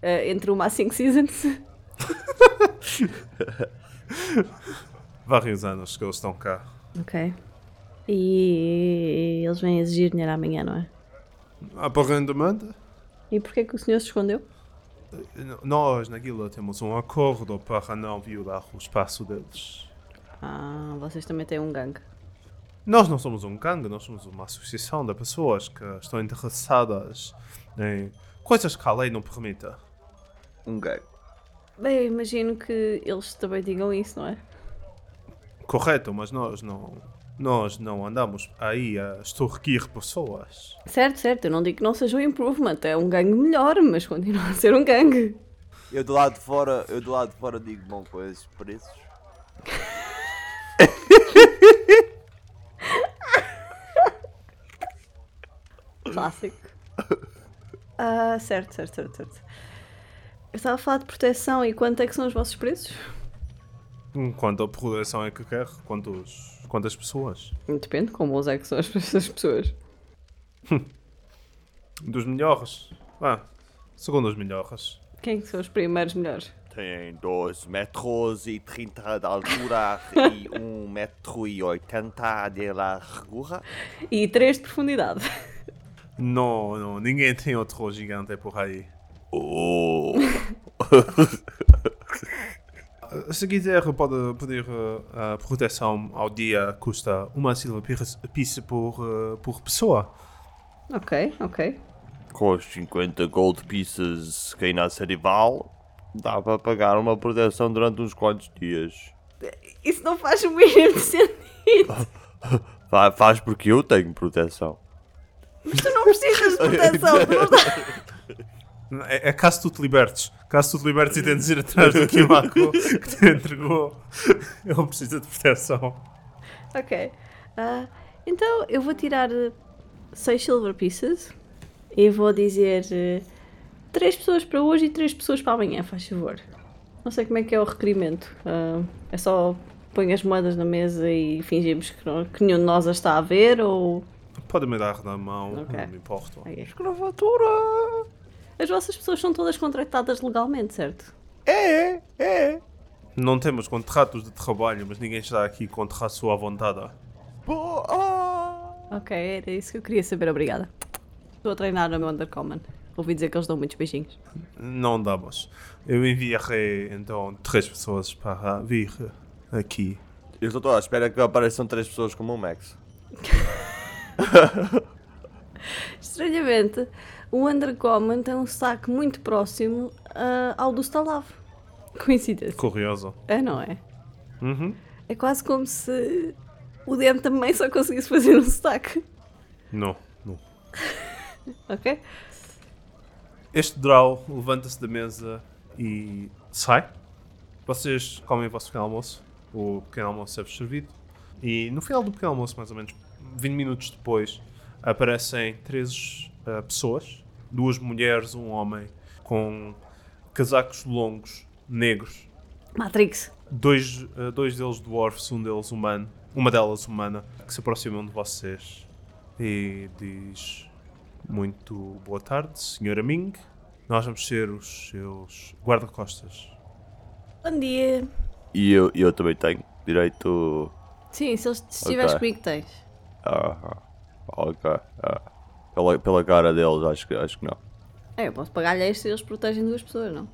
[SPEAKER 3] eh, entre uma a cinco seasons.
[SPEAKER 2] Vários anos que eles estão cá.
[SPEAKER 3] <laughs> Ok. E eles vêm exigir dinheiro amanhã, não é?
[SPEAKER 2] Há porra em demanda?
[SPEAKER 3] E porquê que o senhor se escondeu?
[SPEAKER 2] N- Nós, na guilda, temos um acordo para não violar o espaço deles.
[SPEAKER 3] Ah, vocês também têm um gangue.
[SPEAKER 2] Nós não somos um gangue, nós somos uma associação de pessoas que estão interessadas em coisas que a lei não permita.
[SPEAKER 5] Um gago.
[SPEAKER 3] Bem, eu imagino que eles também digam isso, não é?
[SPEAKER 2] Correto, mas nós não. Nós não andamos aí a extorquir pessoas.
[SPEAKER 3] Certo, certo, eu não digo que não seja um improvement, é um gangue melhor, mas continua a ser um gangue.
[SPEAKER 5] Eu do lado de fora, eu do lado de fora digo bom com esses preços.
[SPEAKER 3] Clássico. Ah, certo, certo, certo, certo. Eu estava a falar de proteção e quanto é que são os vossos preços?
[SPEAKER 2] Quanto a proteção é que quer? Quantos, quantas pessoas?
[SPEAKER 3] Depende como os é que são as <laughs> as pessoas.
[SPEAKER 2] Dos melhores? Ah, segundo os melhores.
[SPEAKER 3] Quem é que são os primeiros melhores?
[SPEAKER 5] Tem 12 metros e 30 de <laughs> altura e 1 metro e 80 de largura.
[SPEAKER 3] E três de profundidade.
[SPEAKER 2] Não, não, ninguém <laughs> tem outro gigante por aí.
[SPEAKER 5] Oh.
[SPEAKER 2] Se quiser, pode pedir eh, a proteção ao dia, custa uma silva pizza por, eh, por pessoa.
[SPEAKER 3] Ok, ok.
[SPEAKER 5] Com os 50 gold pieces que na série vale, dá para pagar uma proteção durante uns quantos dias. <laughs>
[SPEAKER 3] Isso não faz o mínimo <laughs> sentido.
[SPEAKER 5] Fa- Faz porque eu tenho proteção.
[SPEAKER 3] Mas tu não precisas de proteção. tu não estás-
[SPEAKER 2] É, é caso tu te libertes. Caso tu te libertes e tentes ir atrás do Kimako que te entregou, <laughs> ele precisa de proteção.
[SPEAKER 3] ok. Ah, então eu vou tirar eh, seis silver pieces e vou dizer eh, três pessoas para hoje e três pessoas para amanhã, faz favor. Não sei como é que é o requerimento. Ah, é só põe as moedas na mesa e fingimos que, não- que nenhum de nós as está a ver ou.
[SPEAKER 2] Pode-me dar na mão,
[SPEAKER 3] Ok.
[SPEAKER 2] não me importo.
[SPEAKER 3] Ok.
[SPEAKER 5] Escravatura!
[SPEAKER 3] As vossas pessoas são todas contratadas legalmente, certo?
[SPEAKER 5] É, é!
[SPEAKER 2] Não temos contratos de trabalho, mas ninguém está aqui contra a sua vontade.
[SPEAKER 5] Boa!
[SPEAKER 3] Ok, era isso que eu queria saber, obrigada. Estou a treinar no meu Undercommon. Ouvi dizer que eles dão muitos beijinhos.
[SPEAKER 2] Não damos. Eu enviarei então três pessoas para vir aqui.
[SPEAKER 5] Eu estou à espera que apareçam três pessoas como o Max.
[SPEAKER 3] Estranhamente, o Undercommon tem um sotaque muito próximo ah, ao do Stalav. <laughs> Coincidência.
[SPEAKER 2] Curioso.
[SPEAKER 3] É, não é?
[SPEAKER 2] Uhum.
[SPEAKER 3] É quase como se o DM também só conseguisse fazer um sotaque.
[SPEAKER 2] Não, não.
[SPEAKER 3] Ok?
[SPEAKER 2] Este draw levanta-se da mesa e sai. Vocês comem o vosso pequeno almoço. O pequeno almoço é servido. E no final do pequeno almoço, mais ou menos 20 minutos depois, aparecem três ah, pessoas: duas mulheres, um homem, com casacos longos, negros.
[SPEAKER 3] Matrix.
[SPEAKER 2] Dois, ah, dois deles dwarfs, um deles humano, uma delas humana, que se aproximam de vocês e diz: Muito boa tarde, senhora Ming. Nós vamos ser os seus guarda-costas.
[SPEAKER 3] Bom dia.
[SPEAKER 5] E eu, eu também tenho direito.
[SPEAKER 3] Sim, se eles se estiveres
[SPEAKER 5] Ok.
[SPEAKER 3] comigo, tens.
[SPEAKER 5] Ah, ah, ok. ah. Pela, pela cara deles, acho que, acho que não.
[SPEAKER 3] É, eu posso pagar-lhe extra e eles protegem duas pessoas, não?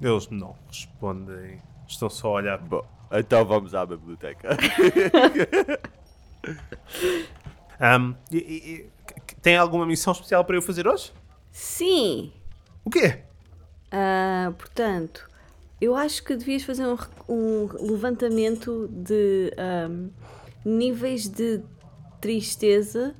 [SPEAKER 2] Eles não respondem. Estão só a olhar.
[SPEAKER 5] Bom, então vamos à <laughs> biblioteca.
[SPEAKER 2] Ahm, e- e- e- c- tem alguma missão especial para eu fazer hoje?
[SPEAKER 3] Sim!
[SPEAKER 2] O quê?
[SPEAKER 3] Ah, portanto, eu acho que devias fazer um, rec- um levantamento de ahm, níveis de tristeza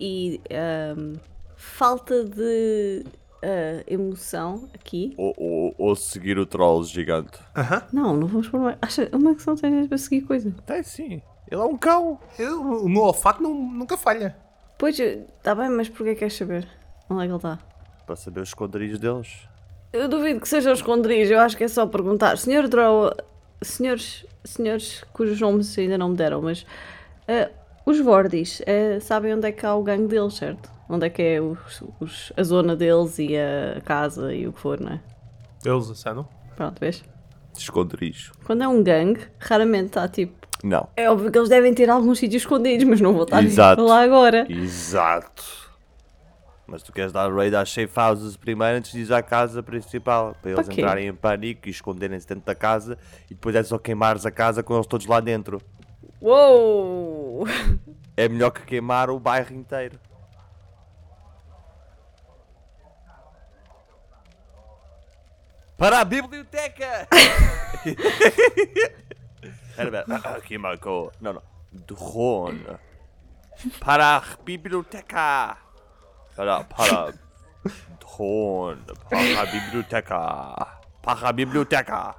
[SPEAKER 3] e ahm, falta de ah, emoção aqui.
[SPEAKER 5] ou, ou- ou seguir o troll gigante.
[SPEAKER 3] Não, não vamos por mais. Acha, uma que só tens para seguir coisa.
[SPEAKER 5] Tem sim. Ele é um cão.
[SPEAKER 2] Eu- o meu olfato não- nunca falha.
[SPEAKER 3] Pois, está bem, mas porquê queres saber onde é que ele está?
[SPEAKER 5] Para saber os esconderijos deles.
[SPEAKER 3] Eu duvido que seja o esconderijo, eu acho que é só perguntar. Senhor Drow, senhores, senhores cujos nomes ainda não me deram, mas eh, os Vordis, eh, sabem onde é que há o gangue deles, certo? Onde é que é os- os- a zona deles e a casa e o que for, não é?
[SPEAKER 2] Eles assinam?
[SPEAKER 3] Pronto, vês?
[SPEAKER 5] Esconderijo.
[SPEAKER 3] Quando é um gangue, raramente está tipo.
[SPEAKER 5] Não.
[SPEAKER 3] É óbvio que eles devem ter alguns sítios escondidos, mas não vou estar a
[SPEAKER 5] Exato.
[SPEAKER 3] dizer lá agora.
[SPEAKER 5] Exato. Mas tu queres dar raid às safe houses primeiro antes de ir à casa principal. Para eles
[SPEAKER 3] Para quê?
[SPEAKER 5] entrarem em pânico e esconderem-se dentro da casa. E depois é só queimares a casa com eles todos lá dentro.
[SPEAKER 3] Uou!
[SPEAKER 5] É melhor que queimar o bairro inteiro. Para a biblioteca! <laughs> Era bem. Ah, ah, que marcou. Não, não. Drone. Para a biblioteca! Para, para. Drone. Para a biblioteca. Para a biblioteca.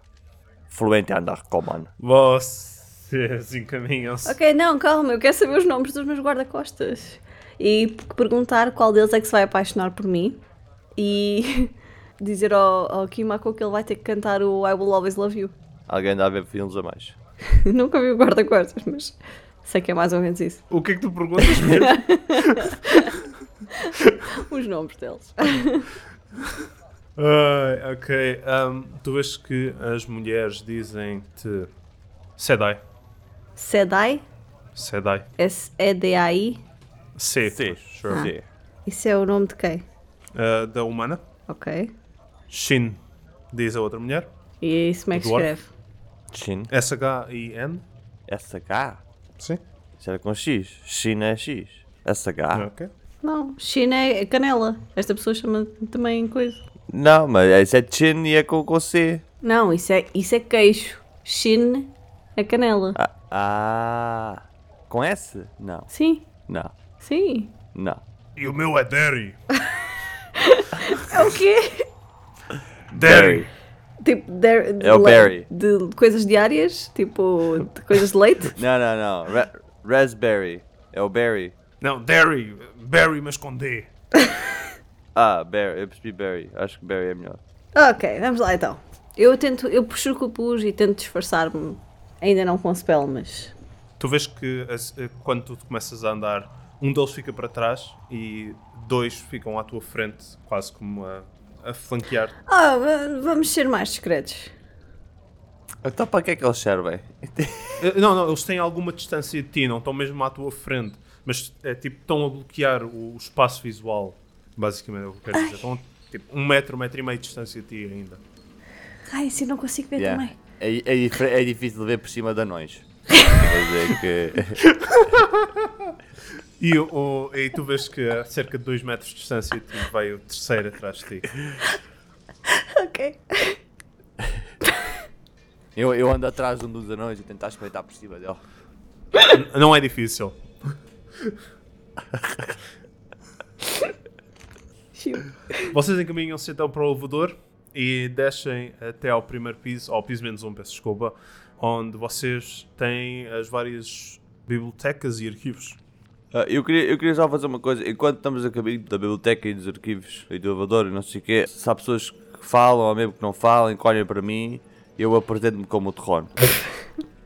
[SPEAKER 5] Fluente andar comando.
[SPEAKER 2] Vocês encaminham-se.
[SPEAKER 3] Ok, não, calma, eu quero saber os nomes dos meus guarda-costas. E p- perguntar qual deles é que se vai apaixonar por mim. E <laughs> dizer ao, ao Kimako que ele vai ter que cantar o I Will Always Love You. <laughs>
[SPEAKER 5] Alguém dá a ver filmes a mais.
[SPEAKER 3] Nunca vi o guarda-costas, mas sei que é mais ou menos isso.
[SPEAKER 2] O que é que tu perguntas?
[SPEAKER 3] Os nomes deles.
[SPEAKER 2] Ah, ok. ahm, tu vês que as mulheres dizem-te Sedai.
[SPEAKER 3] Sedai,
[SPEAKER 2] Sedai.
[SPEAKER 3] S-E-D-A-I.
[SPEAKER 2] C.
[SPEAKER 5] Sim.
[SPEAKER 2] Sure.
[SPEAKER 5] Sim.
[SPEAKER 3] Isso é o nome de quem?
[SPEAKER 2] Ah, da humana.
[SPEAKER 3] Ok.
[SPEAKER 2] Shin. Diz a outra mulher.
[SPEAKER 3] E isso como é que se
[SPEAKER 2] Dwarf.
[SPEAKER 3] escreve?
[SPEAKER 5] Chin.
[SPEAKER 2] S-H-I-N.
[SPEAKER 5] SH?
[SPEAKER 2] Sim.
[SPEAKER 5] Isso era com X. China é X. SH?
[SPEAKER 2] Ok.
[SPEAKER 3] Não, China é canela. Esta pessoa chama também coisa.
[SPEAKER 5] Não, mas isso é Chin e é com, com C.
[SPEAKER 3] Não, isso é, isso é queixo. Shin é canela.
[SPEAKER 5] Ah, ah. Com S? Não.
[SPEAKER 3] Sim,
[SPEAKER 5] Não.
[SPEAKER 3] sim.
[SPEAKER 5] Não.
[SPEAKER 2] E o meu é Derry.
[SPEAKER 3] É o quê?
[SPEAKER 2] Derry.
[SPEAKER 3] <laughs> Tipo, de, de
[SPEAKER 5] É o
[SPEAKER 3] le-
[SPEAKER 5] berry.
[SPEAKER 3] De coisas diárias? Tipo, de coisas de leite?
[SPEAKER 5] Não, não, não. Ra- raspberry. É o berry.
[SPEAKER 2] Não, Derry. Berry, mas com D.
[SPEAKER 5] Ah, berry. Eu percebi berry. Acho que berry é melhor.
[SPEAKER 3] <laughs> ok, vamos lá então. Eu tento, eu puxo o pus e tento disfarçar-me. Ainda não com spell, mas.
[SPEAKER 2] Tu vês que as- eh, quando tu começas a andar, um deles fica para trás e dois ficam à tua frente, quase como a, a flanquear.
[SPEAKER 3] Ah, va- vamos ser mais discretos.
[SPEAKER 5] Então para que é que eles servem?
[SPEAKER 2] Eh, Não, não, eles têm alguma distância de ti, não estão mesmo à tua frente, mas é tipo, estão a bloquear o, o espaço visual, basicamente é o que eu quero dizer. Estão tipo um metro, um metro e meio de distância de ti ainda.
[SPEAKER 3] Ai, assim não consigo ver
[SPEAKER 5] <laughs> Yeah.
[SPEAKER 3] também.
[SPEAKER 5] É, é dif- é difícil ver por cima de anões. Quer dizer que.
[SPEAKER 2] E, o- o- e tu vês que a cerca de dois metros de distância de ti vai o terceiro atrás de ti.
[SPEAKER 3] <laughs> Ok.
[SPEAKER 5] Eu, eu ando atrás de um dos anões e tentar espreitar por cima dele.
[SPEAKER 2] N- Não é difícil.
[SPEAKER 3] Chiu.
[SPEAKER 2] Vocês encaminham-se então para o elevador e descem até ao primeiro piso, ao piso menos um, peço desculpa, onde vocês têm as várias bibliotecas e arquivos.
[SPEAKER 5] Ah, eu, queria, eu queria só fazer uma coisa. Enquanto estamos a caminho da biblioteca e dos arquivos e do elevador e não sei o quê, se há pessoas que falam ou mesmo que não falam, que olhem para mim, eu apresento-me como o terror.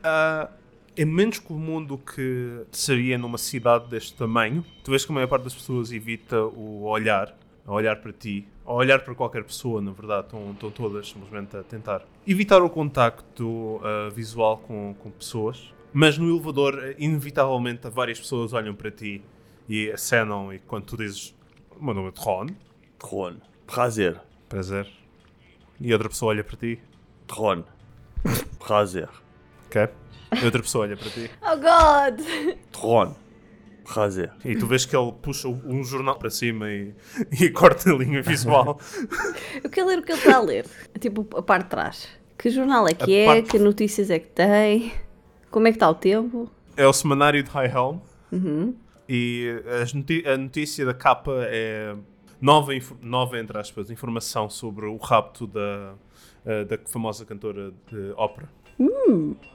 [SPEAKER 2] é menos comum do que seria numa cidade deste tamanho. Tu vês que a maior parte das pessoas evita o olhar, a olhar para ti, a olhar para qualquer pessoa, na verdade, estão, estão todas simplesmente a tentar evitar o contacto ah, visual com, com pessoas. Mas no elevador, eh, inevitavelmente, várias pessoas olham para ti e acenam e quando tu dizes "O meu nome é Tron,
[SPEAKER 5] Tron. Prazer.
[SPEAKER 2] prazer, e outra pessoa olha para ti,
[SPEAKER 5] Tron. Prazer.
[SPEAKER 2] ok? E outra pessoa olha para ti.
[SPEAKER 3] Oh God!
[SPEAKER 5] Tron. Prazer.
[SPEAKER 2] E tu vês que ele puxa um jornal para cima e, <laughs> e corta a linha visual.
[SPEAKER 3] Eu quero ler o que ele está a ler. Tipo, a parte de trás. Que jornal é
[SPEAKER 2] A
[SPEAKER 3] que é?
[SPEAKER 2] parte-
[SPEAKER 3] Que notícias é que tem? Como é que está o tempo?
[SPEAKER 2] é o semanário de High Helm. E as noti- a notícia da capa é nova, inf- nova, entre aspas, informação sobre o rapto da, eh, da famosa cantora de ópera.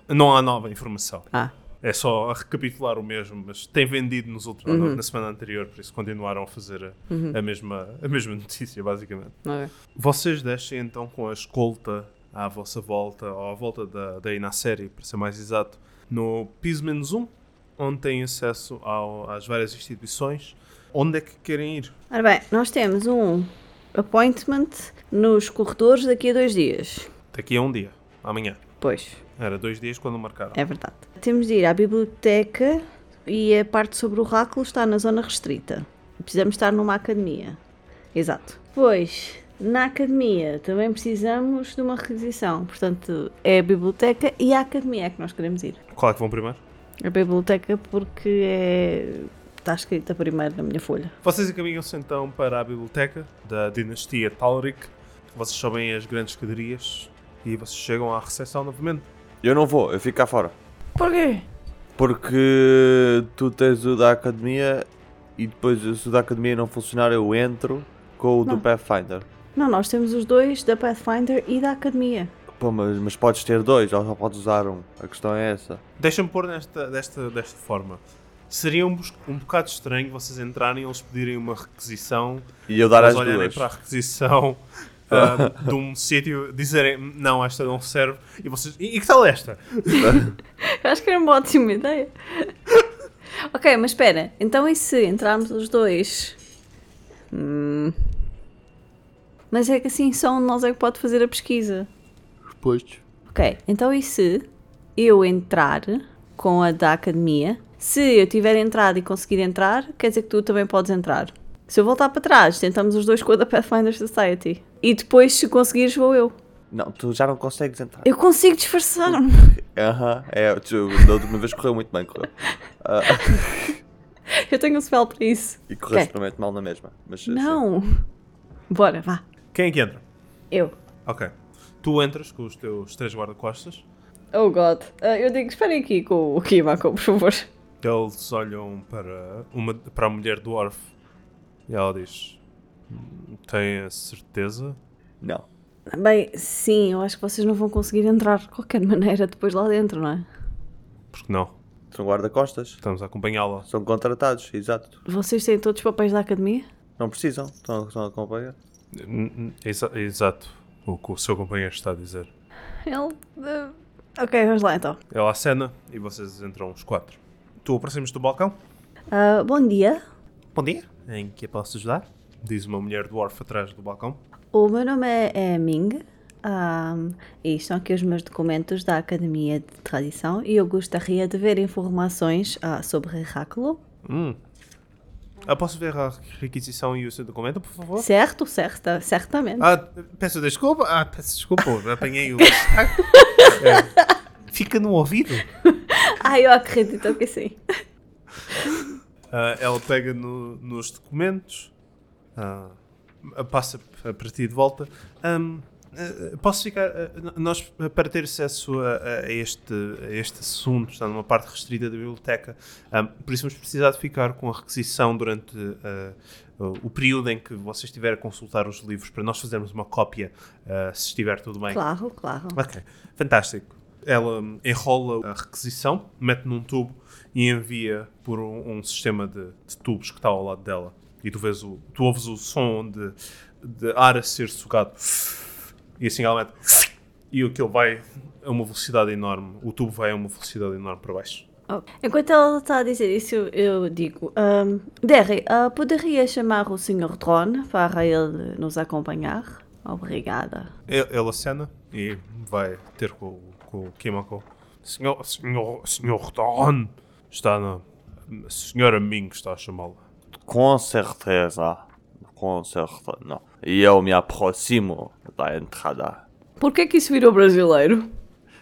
[SPEAKER 2] Não há nova informação.
[SPEAKER 3] Ah,
[SPEAKER 2] É só a recapitular o mesmo, mas tem vendido nos outros, na semana anterior, por isso continuaram a fazer a, a mesma, a mesma notícia, basicamente.
[SPEAKER 3] não é?
[SPEAKER 2] Vocês descem então com a escolta à vossa volta, ou à volta da, da Inasérie, para ser mais exato, no piso menos um, onde têm acesso ao- às várias instituições. Onde é que querem ir?
[SPEAKER 3] Ora bem, nós temos um appointment nos corredores daqui a dois dias.
[SPEAKER 2] Daqui a um dia, amanhã.
[SPEAKER 3] Pois,
[SPEAKER 2] Era dois dias quando marcaram.
[SPEAKER 3] é verdade. Temos de ir à biblioteca e a parte sobre o oráculo está na zona restrita. Precisamos estar numa academia. Exato. Pois, na academia também precisamos de uma requisição. Portanto, é a biblioteca e a academia é que nós queremos ir.
[SPEAKER 2] Qual é que vão primeiro?
[SPEAKER 3] A biblioteca porque é. Está escrita primeiro na minha folha.
[SPEAKER 2] Vocês encaminham-se então para a biblioteca da dinastia Talric. Vocês sobem as grandes escadarias e vocês chegam à recepção novamente.
[SPEAKER 5] Eu não vou, eu fico cá fora.
[SPEAKER 3] Porquê?
[SPEAKER 5] Porque tu tens o da academia e depois se o da academia não funcionar eu entro com o do Pathfinder.
[SPEAKER 3] Não, nós temos os dois da Pathfinder e da academia.
[SPEAKER 5] Pô, mas, mas podes ter dois ou só podes usar um. A questão é essa.
[SPEAKER 2] Deixa-me pôr nesta, desta, desta forma. Seria um, bus- um bocado estranho vocês entrarem e eles pedirem uma requisição,
[SPEAKER 5] E eu dar
[SPEAKER 2] eles
[SPEAKER 5] as
[SPEAKER 2] olharem
[SPEAKER 5] duas.
[SPEAKER 2] para a
[SPEAKER 5] <laughs>
[SPEAKER 2] requisição ah, de um sítio, dizerem não, esta não serve, e vocês. E, e que tal esta?
[SPEAKER 3] Acho que era uma ótima ideia. <laughs> ok, mas espera. Então e se entrarmos os dois? Hum. Mas é que assim só um de nós é que pode fazer a pesquisa.
[SPEAKER 5] Pois.
[SPEAKER 3] Ok, então e se eu entrar com a da academia? Se eu tiver entrado e conseguir entrar, quer dizer que tu também podes entrar. Se eu voltar para trás, tentamos os dois com a da Pathfinder Society. E depois, se conseguires, vou eu.
[SPEAKER 5] Não, tu já não consegues entrar.
[SPEAKER 3] Eu consigo disfarçar-me. <laughs>
[SPEAKER 5] Aham, é, tu, da última vez correu muito bem, correu.
[SPEAKER 3] Eu tenho um spell para isso.
[SPEAKER 5] E correu
[SPEAKER 3] Ok.
[SPEAKER 5] extremamente mal na mesma. Mas, assim,
[SPEAKER 3] Não. Bora, vá.
[SPEAKER 2] Quem é que entra?
[SPEAKER 3] Eu.
[SPEAKER 2] Ok. Tu entras com os teus três guarda-costas,
[SPEAKER 3] Oh God. Ah, eu digo, esperem aqui com o Kimako, por favor.
[SPEAKER 2] eles olham para, uma, para a mulher do Orf e ela diz: "Hum, Tem a certeza?
[SPEAKER 5] Não.
[SPEAKER 3] Bem, sim, eu acho que vocês não vão conseguir entrar de qualquer maneira depois lá dentro, não é?
[SPEAKER 2] Porque não,
[SPEAKER 5] São guarda-costas.
[SPEAKER 2] estamos a acompanhá-la.
[SPEAKER 5] São contratados, exato.
[SPEAKER 3] Vocês têm todos os papéis da academia?
[SPEAKER 5] Não precisam. Estão, estão a acompanhar.
[SPEAKER 2] Hum, hum, exa- exato, o que o seu companheiro está a dizer. É
[SPEAKER 3] Ele. ah, Ok, vamos lá então.
[SPEAKER 2] Ela acena e vocês entram os quatro. Tu aproximas do balcão?
[SPEAKER 3] Ah, bom dia.
[SPEAKER 2] Bom dia. Em que posso ajudar? Diz uma mulher dwarf atrás do balcão.
[SPEAKER 3] O meu nome é, é Ming. Ah, e estão aqui os meus documentos da Academia de Tradição e eu gostaria de ver informações ah, sobre Heráclito.
[SPEAKER 2] Ah, posso ver a requisição e o seu documento, por favor?
[SPEAKER 3] Certo, certa, certamente.
[SPEAKER 2] Ah, peço desculpa. Ah, peço desculpa. <laughs> Apanhei o. sotaque. É. Fica no ouvido.
[SPEAKER 3] Ah, eu acredito que sim.
[SPEAKER 2] Ah, ela pega no- nos documentos, ah, passa a partir de volta. Ahm, ah, posso ficar. ah, n- nós, para ter acesso a, a este, a este assunto, está numa parte restrita da biblioteca, ahm, por isso vamos precisar de ficar com a requisição durante ah, o período em que você estiver a consultar os livros para nós fazermos uma cópia, ah, se estiver tudo bem.
[SPEAKER 3] Claro, claro.
[SPEAKER 2] Ok, fantástico. Ela hum, enrola a requisição, mete num tubo e envia por um, um sistema de, de tubos que está ao lado dela. E tu, vês o, tu ouves o som de, de ar a ser sugado. E assim ela mete. E aquilo vai a uma velocidade enorme. O tubo vai a uma velocidade enorme para baixo.
[SPEAKER 3] Ok. Enquanto ela está a dizer isso, eu digo: ahm, Derry, ah, poderia chamar o Sr. Tron para ele nos acompanhar? Obrigada.
[SPEAKER 2] Ele ele acena e vai ter com, o- com o Kimako. Senhor, senhor, senhor Don está na, senhora Mingo está a chamá-la.
[SPEAKER 5] Com certeza. Com certeza. Não. E eu me aproximo da entrada.
[SPEAKER 3] Porquê que isso virou brasileiro?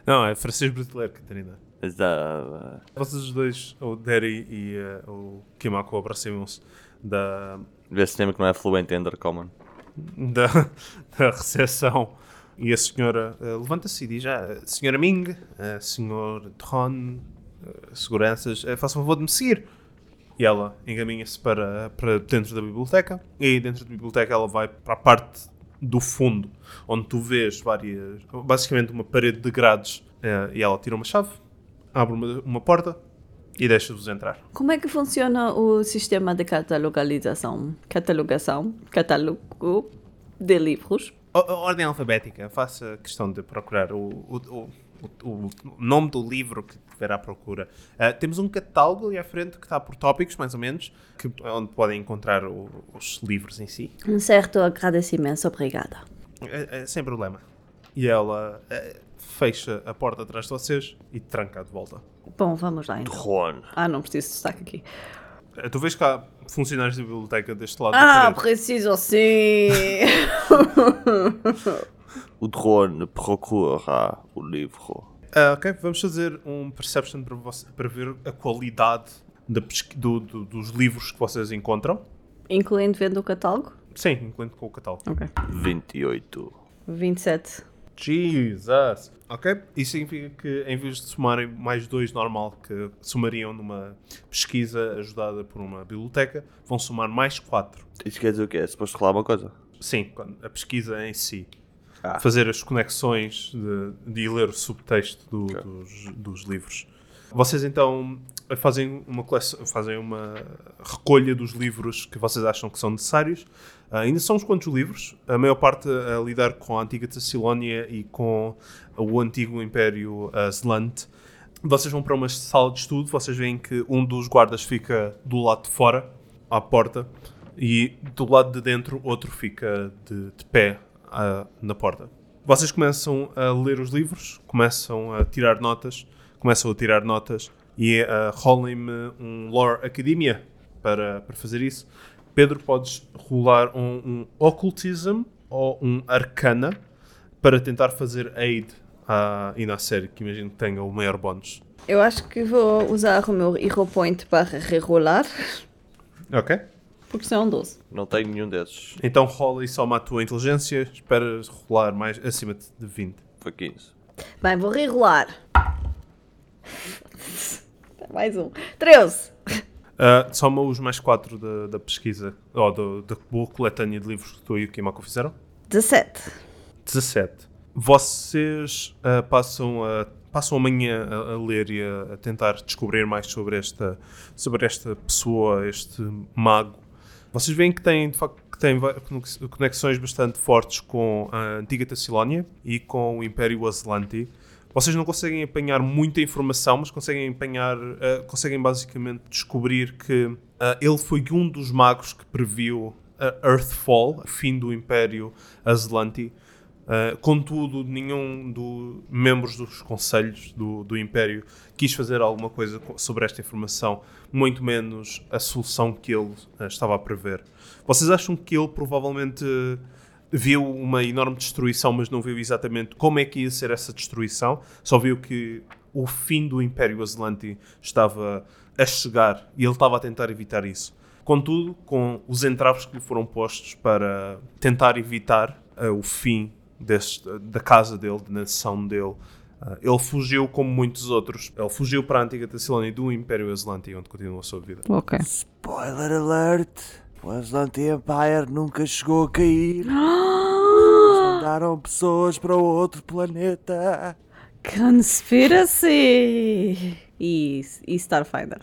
[SPEAKER 2] Não, é francês brasileiro, Catarina.
[SPEAKER 5] Da...
[SPEAKER 2] Vocês dois, o Derry e eh, o Kimako, aproximam-se da,
[SPEAKER 5] Vê se tema que não é fluente em Undercommon.
[SPEAKER 2] da, <laughs> da recepção. E a senhora eh, levanta-se e diz: ah, Senhora Ming, eh, senhor Tron, eh, seguranças, eh, façam favor de me seguir. E ela encaminha-se para, para dentro da biblioteca. E dentro da biblioteca ela vai para a parte do fundo, onde tu vês várias. basicamente uma parede de grades. eh, e ela tira uma chave, abre uma, uma porta e deixa-vos entrar.
[SPEAKER 3] Como é que funciona o sistema de catalogalização? Catalogação? Catálogo de livros?
[SPEAKER 2] O- o- Ordem alfabética, faça questão de procurar o, o- o- o- o nome do livro que tiver à procura. Ah, temos um catálogo ali à frente que está por tópicos, mais ou menos, que, onde podem encontrar o- os livros em si.
[SPEAKER 3] Um certo agradecimento, obrigada.
[SPEAKER 2] É- é sem problema. E ela eh, fecha a porta atrás de vocês e tranca de volta.
[SPEAKER 3] Bom, vamos lá então.
[SPEAKER 5] Ron.
[SPEAKER 3] Ah, não preciso de destaque aqui.
[SPEAKER 2] Eh, Tu vês que há funcionários da biblioteca deste lado
[SPEAKER 3] Ah,
[SPEAKER 2] da parede.
[SPEAKER 3] preciso sim!
[SPEAKER 5] O drone procura o livro.
[SPEAKER 2] Ah, ok, vamos fazer um perception para, voce- para ver a qualidade da pesqui- do- do- dos livros que vocês encontram.
[SPEAKER 3] <laughs> Incluindo vendo o catálogo?
[SPEAKER 2] Sim, incluindo com o catálogo.
[SPEAKER 3] Ok.
[SPEAKER 5] 28.
[SPEAKER 3] 27.
[SPEAKER 2] Jesus! Ok? Isso significa que em vez de somarem mais dois normal que somariam numa pesquisa ajudada por uma biblioteca, vão somar mais quatro.
[SPEAKER 5] Isso quer dizer o quê? É suposto rolar uma coisa?
[SPEAKER 2] Sim, quando- a pesquisa em si.
[SPEAKER 5] Ah.
[SPEAKER 2] Fazer as conexões de, de ir ler o subtexto do- dos, dos livros. Vocês então fazem uma, coleção, fazem uma recolha dos livros que vocês acham que são necessários. Ah, ainda são uns quantos livros, a maior parte a lidar com a antiga Tessilónia e com o antigo Império ah, Zelante. Vocês vão para uma sala de estudo, vocês veem que um dos guardas fica do lado de fora, à porta, e do lado de dentro outro fica de, de pé ah, na porta. Vocês começam a ler os livros, começam a tirar notas, começam a tirar notas e ah, rolem-me um Lore Academia para, para fazer isso. Pedro, podes rolar um, um Occultism ou um Arcana para tentar fazer aid à Inacer, que imagino que tenha o maior bónus.
[SPEAKER 3] Eu acho que vou usar o meu Hero Point para rerolar,
[SPEAKER 2] Ok.
[SPEAKER 3] porque é um são 12.
[SPEAKER 5] Não tenho nenhum desses.
[SPEAKER 2] Então rola e soma a tua inteligência, espera rolar mais acima de 20.
[SPEAKER 5] Foi 15.
[SPEAKER 3] Bem, vou rerolar. Mais um. 13!
[SPEAKER 2] Ah, soma os mais 4 da, da pesquisa, ou do- da boa coletânea de livros que tu e o Kimako fizeram.
[SPEAKER 3] 17.
[SPEAKER 2] 17. Vocês ah, passam, a, passam a manhã a, a ler e a, a tentar descobrir mais sobre esta, sobre esta pessoa, este mago. Vocês veem que tem, de facto, que tem va- conex- conexões bastante fortes com a antiga Tassilónia e com o Império Azlante. Vocês não conseguem apanhar muita informação, mas conseguem apanhar, ah, conseguem basicamente descobrir que ah, ele foi um dos magos que previu a Earthfall, o fim do Império Azlante. Uh, contudo, nenhum dos membros dos conselhos do, do Império quis fazer alguma coisa co- sobre esta informação, muito menos a solução que ele uh, estava a prever. Vocês acham que ele provavelmente uh, viu uma enorme destruição, mas não viu exatamente como é que ia ser essa destruição, só viu que o fim do Império Azulante estava a chegar e ele estava a tentar evitar isso. Contudo, com os entraves que lhe foram postos para tentar evitar eh, o fim deste- da casa dele, da nação dele, eh, ele fugiu como muitos outros. Ele fugiu para a antiga Tassilónia do Império Azulante, onde continua a sua vida.
[SPEAKER 3] Ok.
[SPEAKER 5] Spoiler alert! O Aslanti Empire nunca chegou a cair. Mandaram pessoas para outro planeta.
[SPEAKER 3] Conspiracy! E, e Starfinder.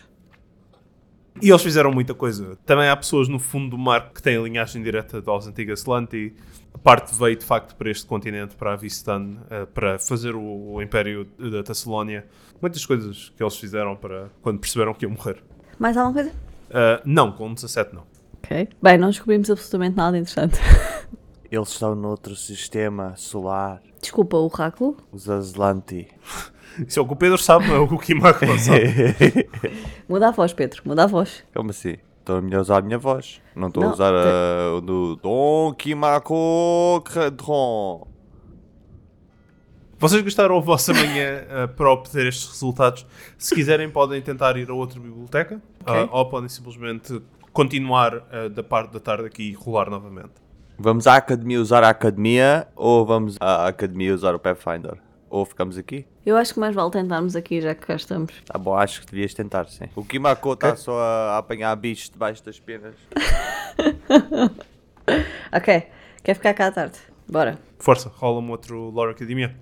[SPEAKER 2] E eles fizeram muita coisa. Também há pessoas no fundo do mar que têm linhagem direta aos antigos Aslanti. A parte veio, de facto, para este continente, para a Vistan, eh, para fazer o, o Império da Tassilónia. Muitas coisas que eles fizeram para quando perceberam que iam morrer.
[SPEAKER 3] Mais alguma coisa?
[SPEAKER 2] Eh, não, com 17 não.
[SPEAKER 3] Ok. Bem, não descobrimos absolutamente nada interessante. <laughs>
[SPEAKER 5] Eles estão noutro sistema solar.
[SPEAKER 3] Desculpa, oráculo.
[SPEAKER 5] Os Aslanti.
[SPEAKER 2] Isso é o que o Pedro sabe, não é o que o Kimaco não sabe.
[SPEAKER 3] Muda a voz, Pedro, muda a voz.
[SPEAKER 5] <laughs> Como assim? Estou a melhor usar a minha voz. Não estou a
[SPEAKER 3] Não,
[SPEAKER 5] usar a, o do Don Kimako Kadron.
[SPEAKER 2] Vocês gostaram da vossa manhã ah, para obter estes resultados? Se quiserem, podem tentar ir a outra biblioteca ah, ou podem simplesmente continuar ah, da parte da tarde aqui e rolar novamente.
[SPEAKER 5] Vamos à academia usar a academia ou vamos à academia usar o Pathfinder? Ou ficamos aqui?
[SPEAKER 3] Eu acho que mais vale tentarmos aqui, já que cá estamos.
[SPEAKER 5] Tá bom, acho que devias tentar, sim. O Kimako está só a apanhar bichos debaixo das penas.
[SPEAKER 3] Ok, quer ficar cá à tarde? Bora.
[SPEAKER 2] Força, rola-me outro Lore Academia.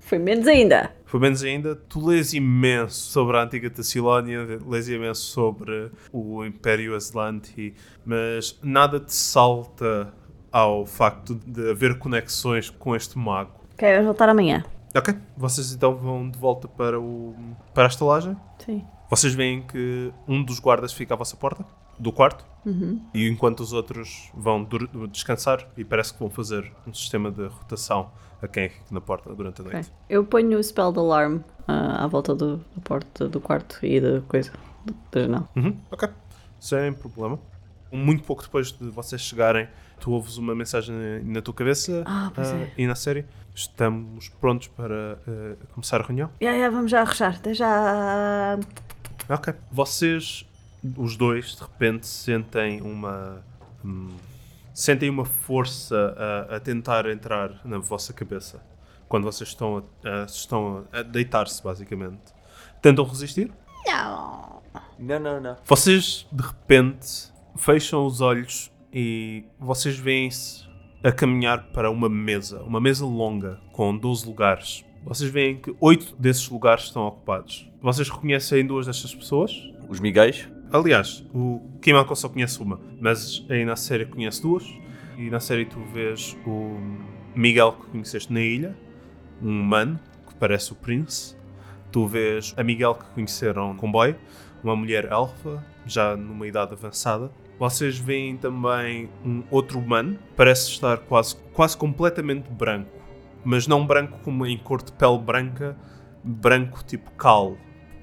[SPEAKER 3] Foi menos ainda.
[SPEAKER 2] Foi menos ainda, tu lês imenso sobre a antiga Tassilónia, lês imenso sobre o Império Aslante, mas nada te salta ao facto de haver conexões com este mago.
[SPEAKER 3] Ok, vamos voltar amanhã.
[SPEAKER 2] Ok, vocês então vão de volta para, o, para a estalagem.
[SPEAKER 3] Sim.
[SPEAKER 2] Vocês veem que um dos guardas fica à vossa porta, do quarto,
[SPEAKER 3] Uhum.
[SPEAKER 2] e enquanto os outros vão dur- descansar e parece que vão fazer um sistema de rotação a quem é que fica na porta durante a noite.
[SPEAKER 3] Ok. É. Eu ponho o spell de alarme ah, à volta do, da porta do quarto e da coisa, do- da janela.
[SPEAKER 2] Uhum, ok. Sem problema. Muito pouco depois de vocês chegarem, tu ouves uma mensagem na tua cabeça
[SPEAKER 3] Ah, pois é.
[SPEAKER 2] e na série. Estamos prontos para eh, começar a reunião.
[SPEAKER 3] Yeah, yeah, vamos já arrochar, até já.
[SPEAKER 2] Ok. Vocês, os dois, de repente sentem uma. hum, sentem uma força a, a tentar entrar na vossa cabeça. Quando vocês estão a, a- estão a deitar-se, basicamente. Tentam resistir,
[SPEAKER 5] Não, não, não.
[SPEAKER 2] Vocês de repente fecham os olhos e vocês veem-se a caminhar para uma mesa, uma mesa longa com 12 lugares. Vocês veem que oito desses lugares estão ocupados. Vocês reconhecem duas destas pessoas?
[SPEAKER 5] Os miguéis?
[SPEAKER 2] Aliás, o Kimako só conhece uma, mas aí na série conhece duas. E na série tu vês o Miguel que conheceste na ilha, um humano que parece o Prince. Tu vês a Miguel que conheceram no comboio, uma mulher elfa, já numa idade avançada. Vocês veem também um outro humano, parece estar quase, quase completamente branco, mas não branco como em cor de pele branca, branco tipo cal,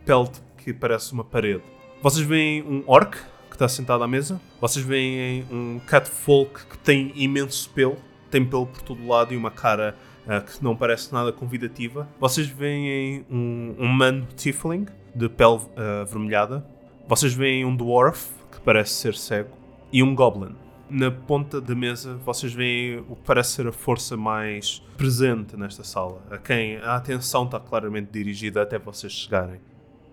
[SPEAKER 2] pele de- que parece uma parede. Vocês veem um orc que está sentado à mesa, vocês veem um catfolk que tem imenso pelo, tem pelo por todo lado e uma cara ah, que não parece nada convidativa. Vocês veem um, um humano tiefling de pele ah, avermelhada. Vocês veem um dwarf que parece ser cego e um goblin. Na ponta da mesa vocês veem o que parece ser a força mais presente nesta sala, a quem a atenção está claramente dirigida até vocês chegarem.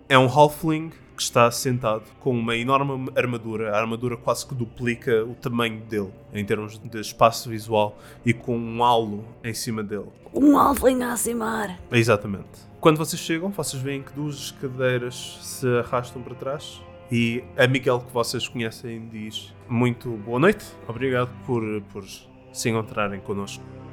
[SPEAKER 2] É um halfling que está sentado com uma enorme armadura. A armadura quase que duplica o tamanho dele em termos de espaço visual e com um halo em cima dele.
[SPEAKER 3] Um alfling a acimar.
[SPEAKER 2] Exatamente. Quando vocês chegam, vocês veem que duas cadeiras se arrastam para trás e a Miguel que vocês conhecem diz muito boa noite, obrigado por, por se encontrarem connosco.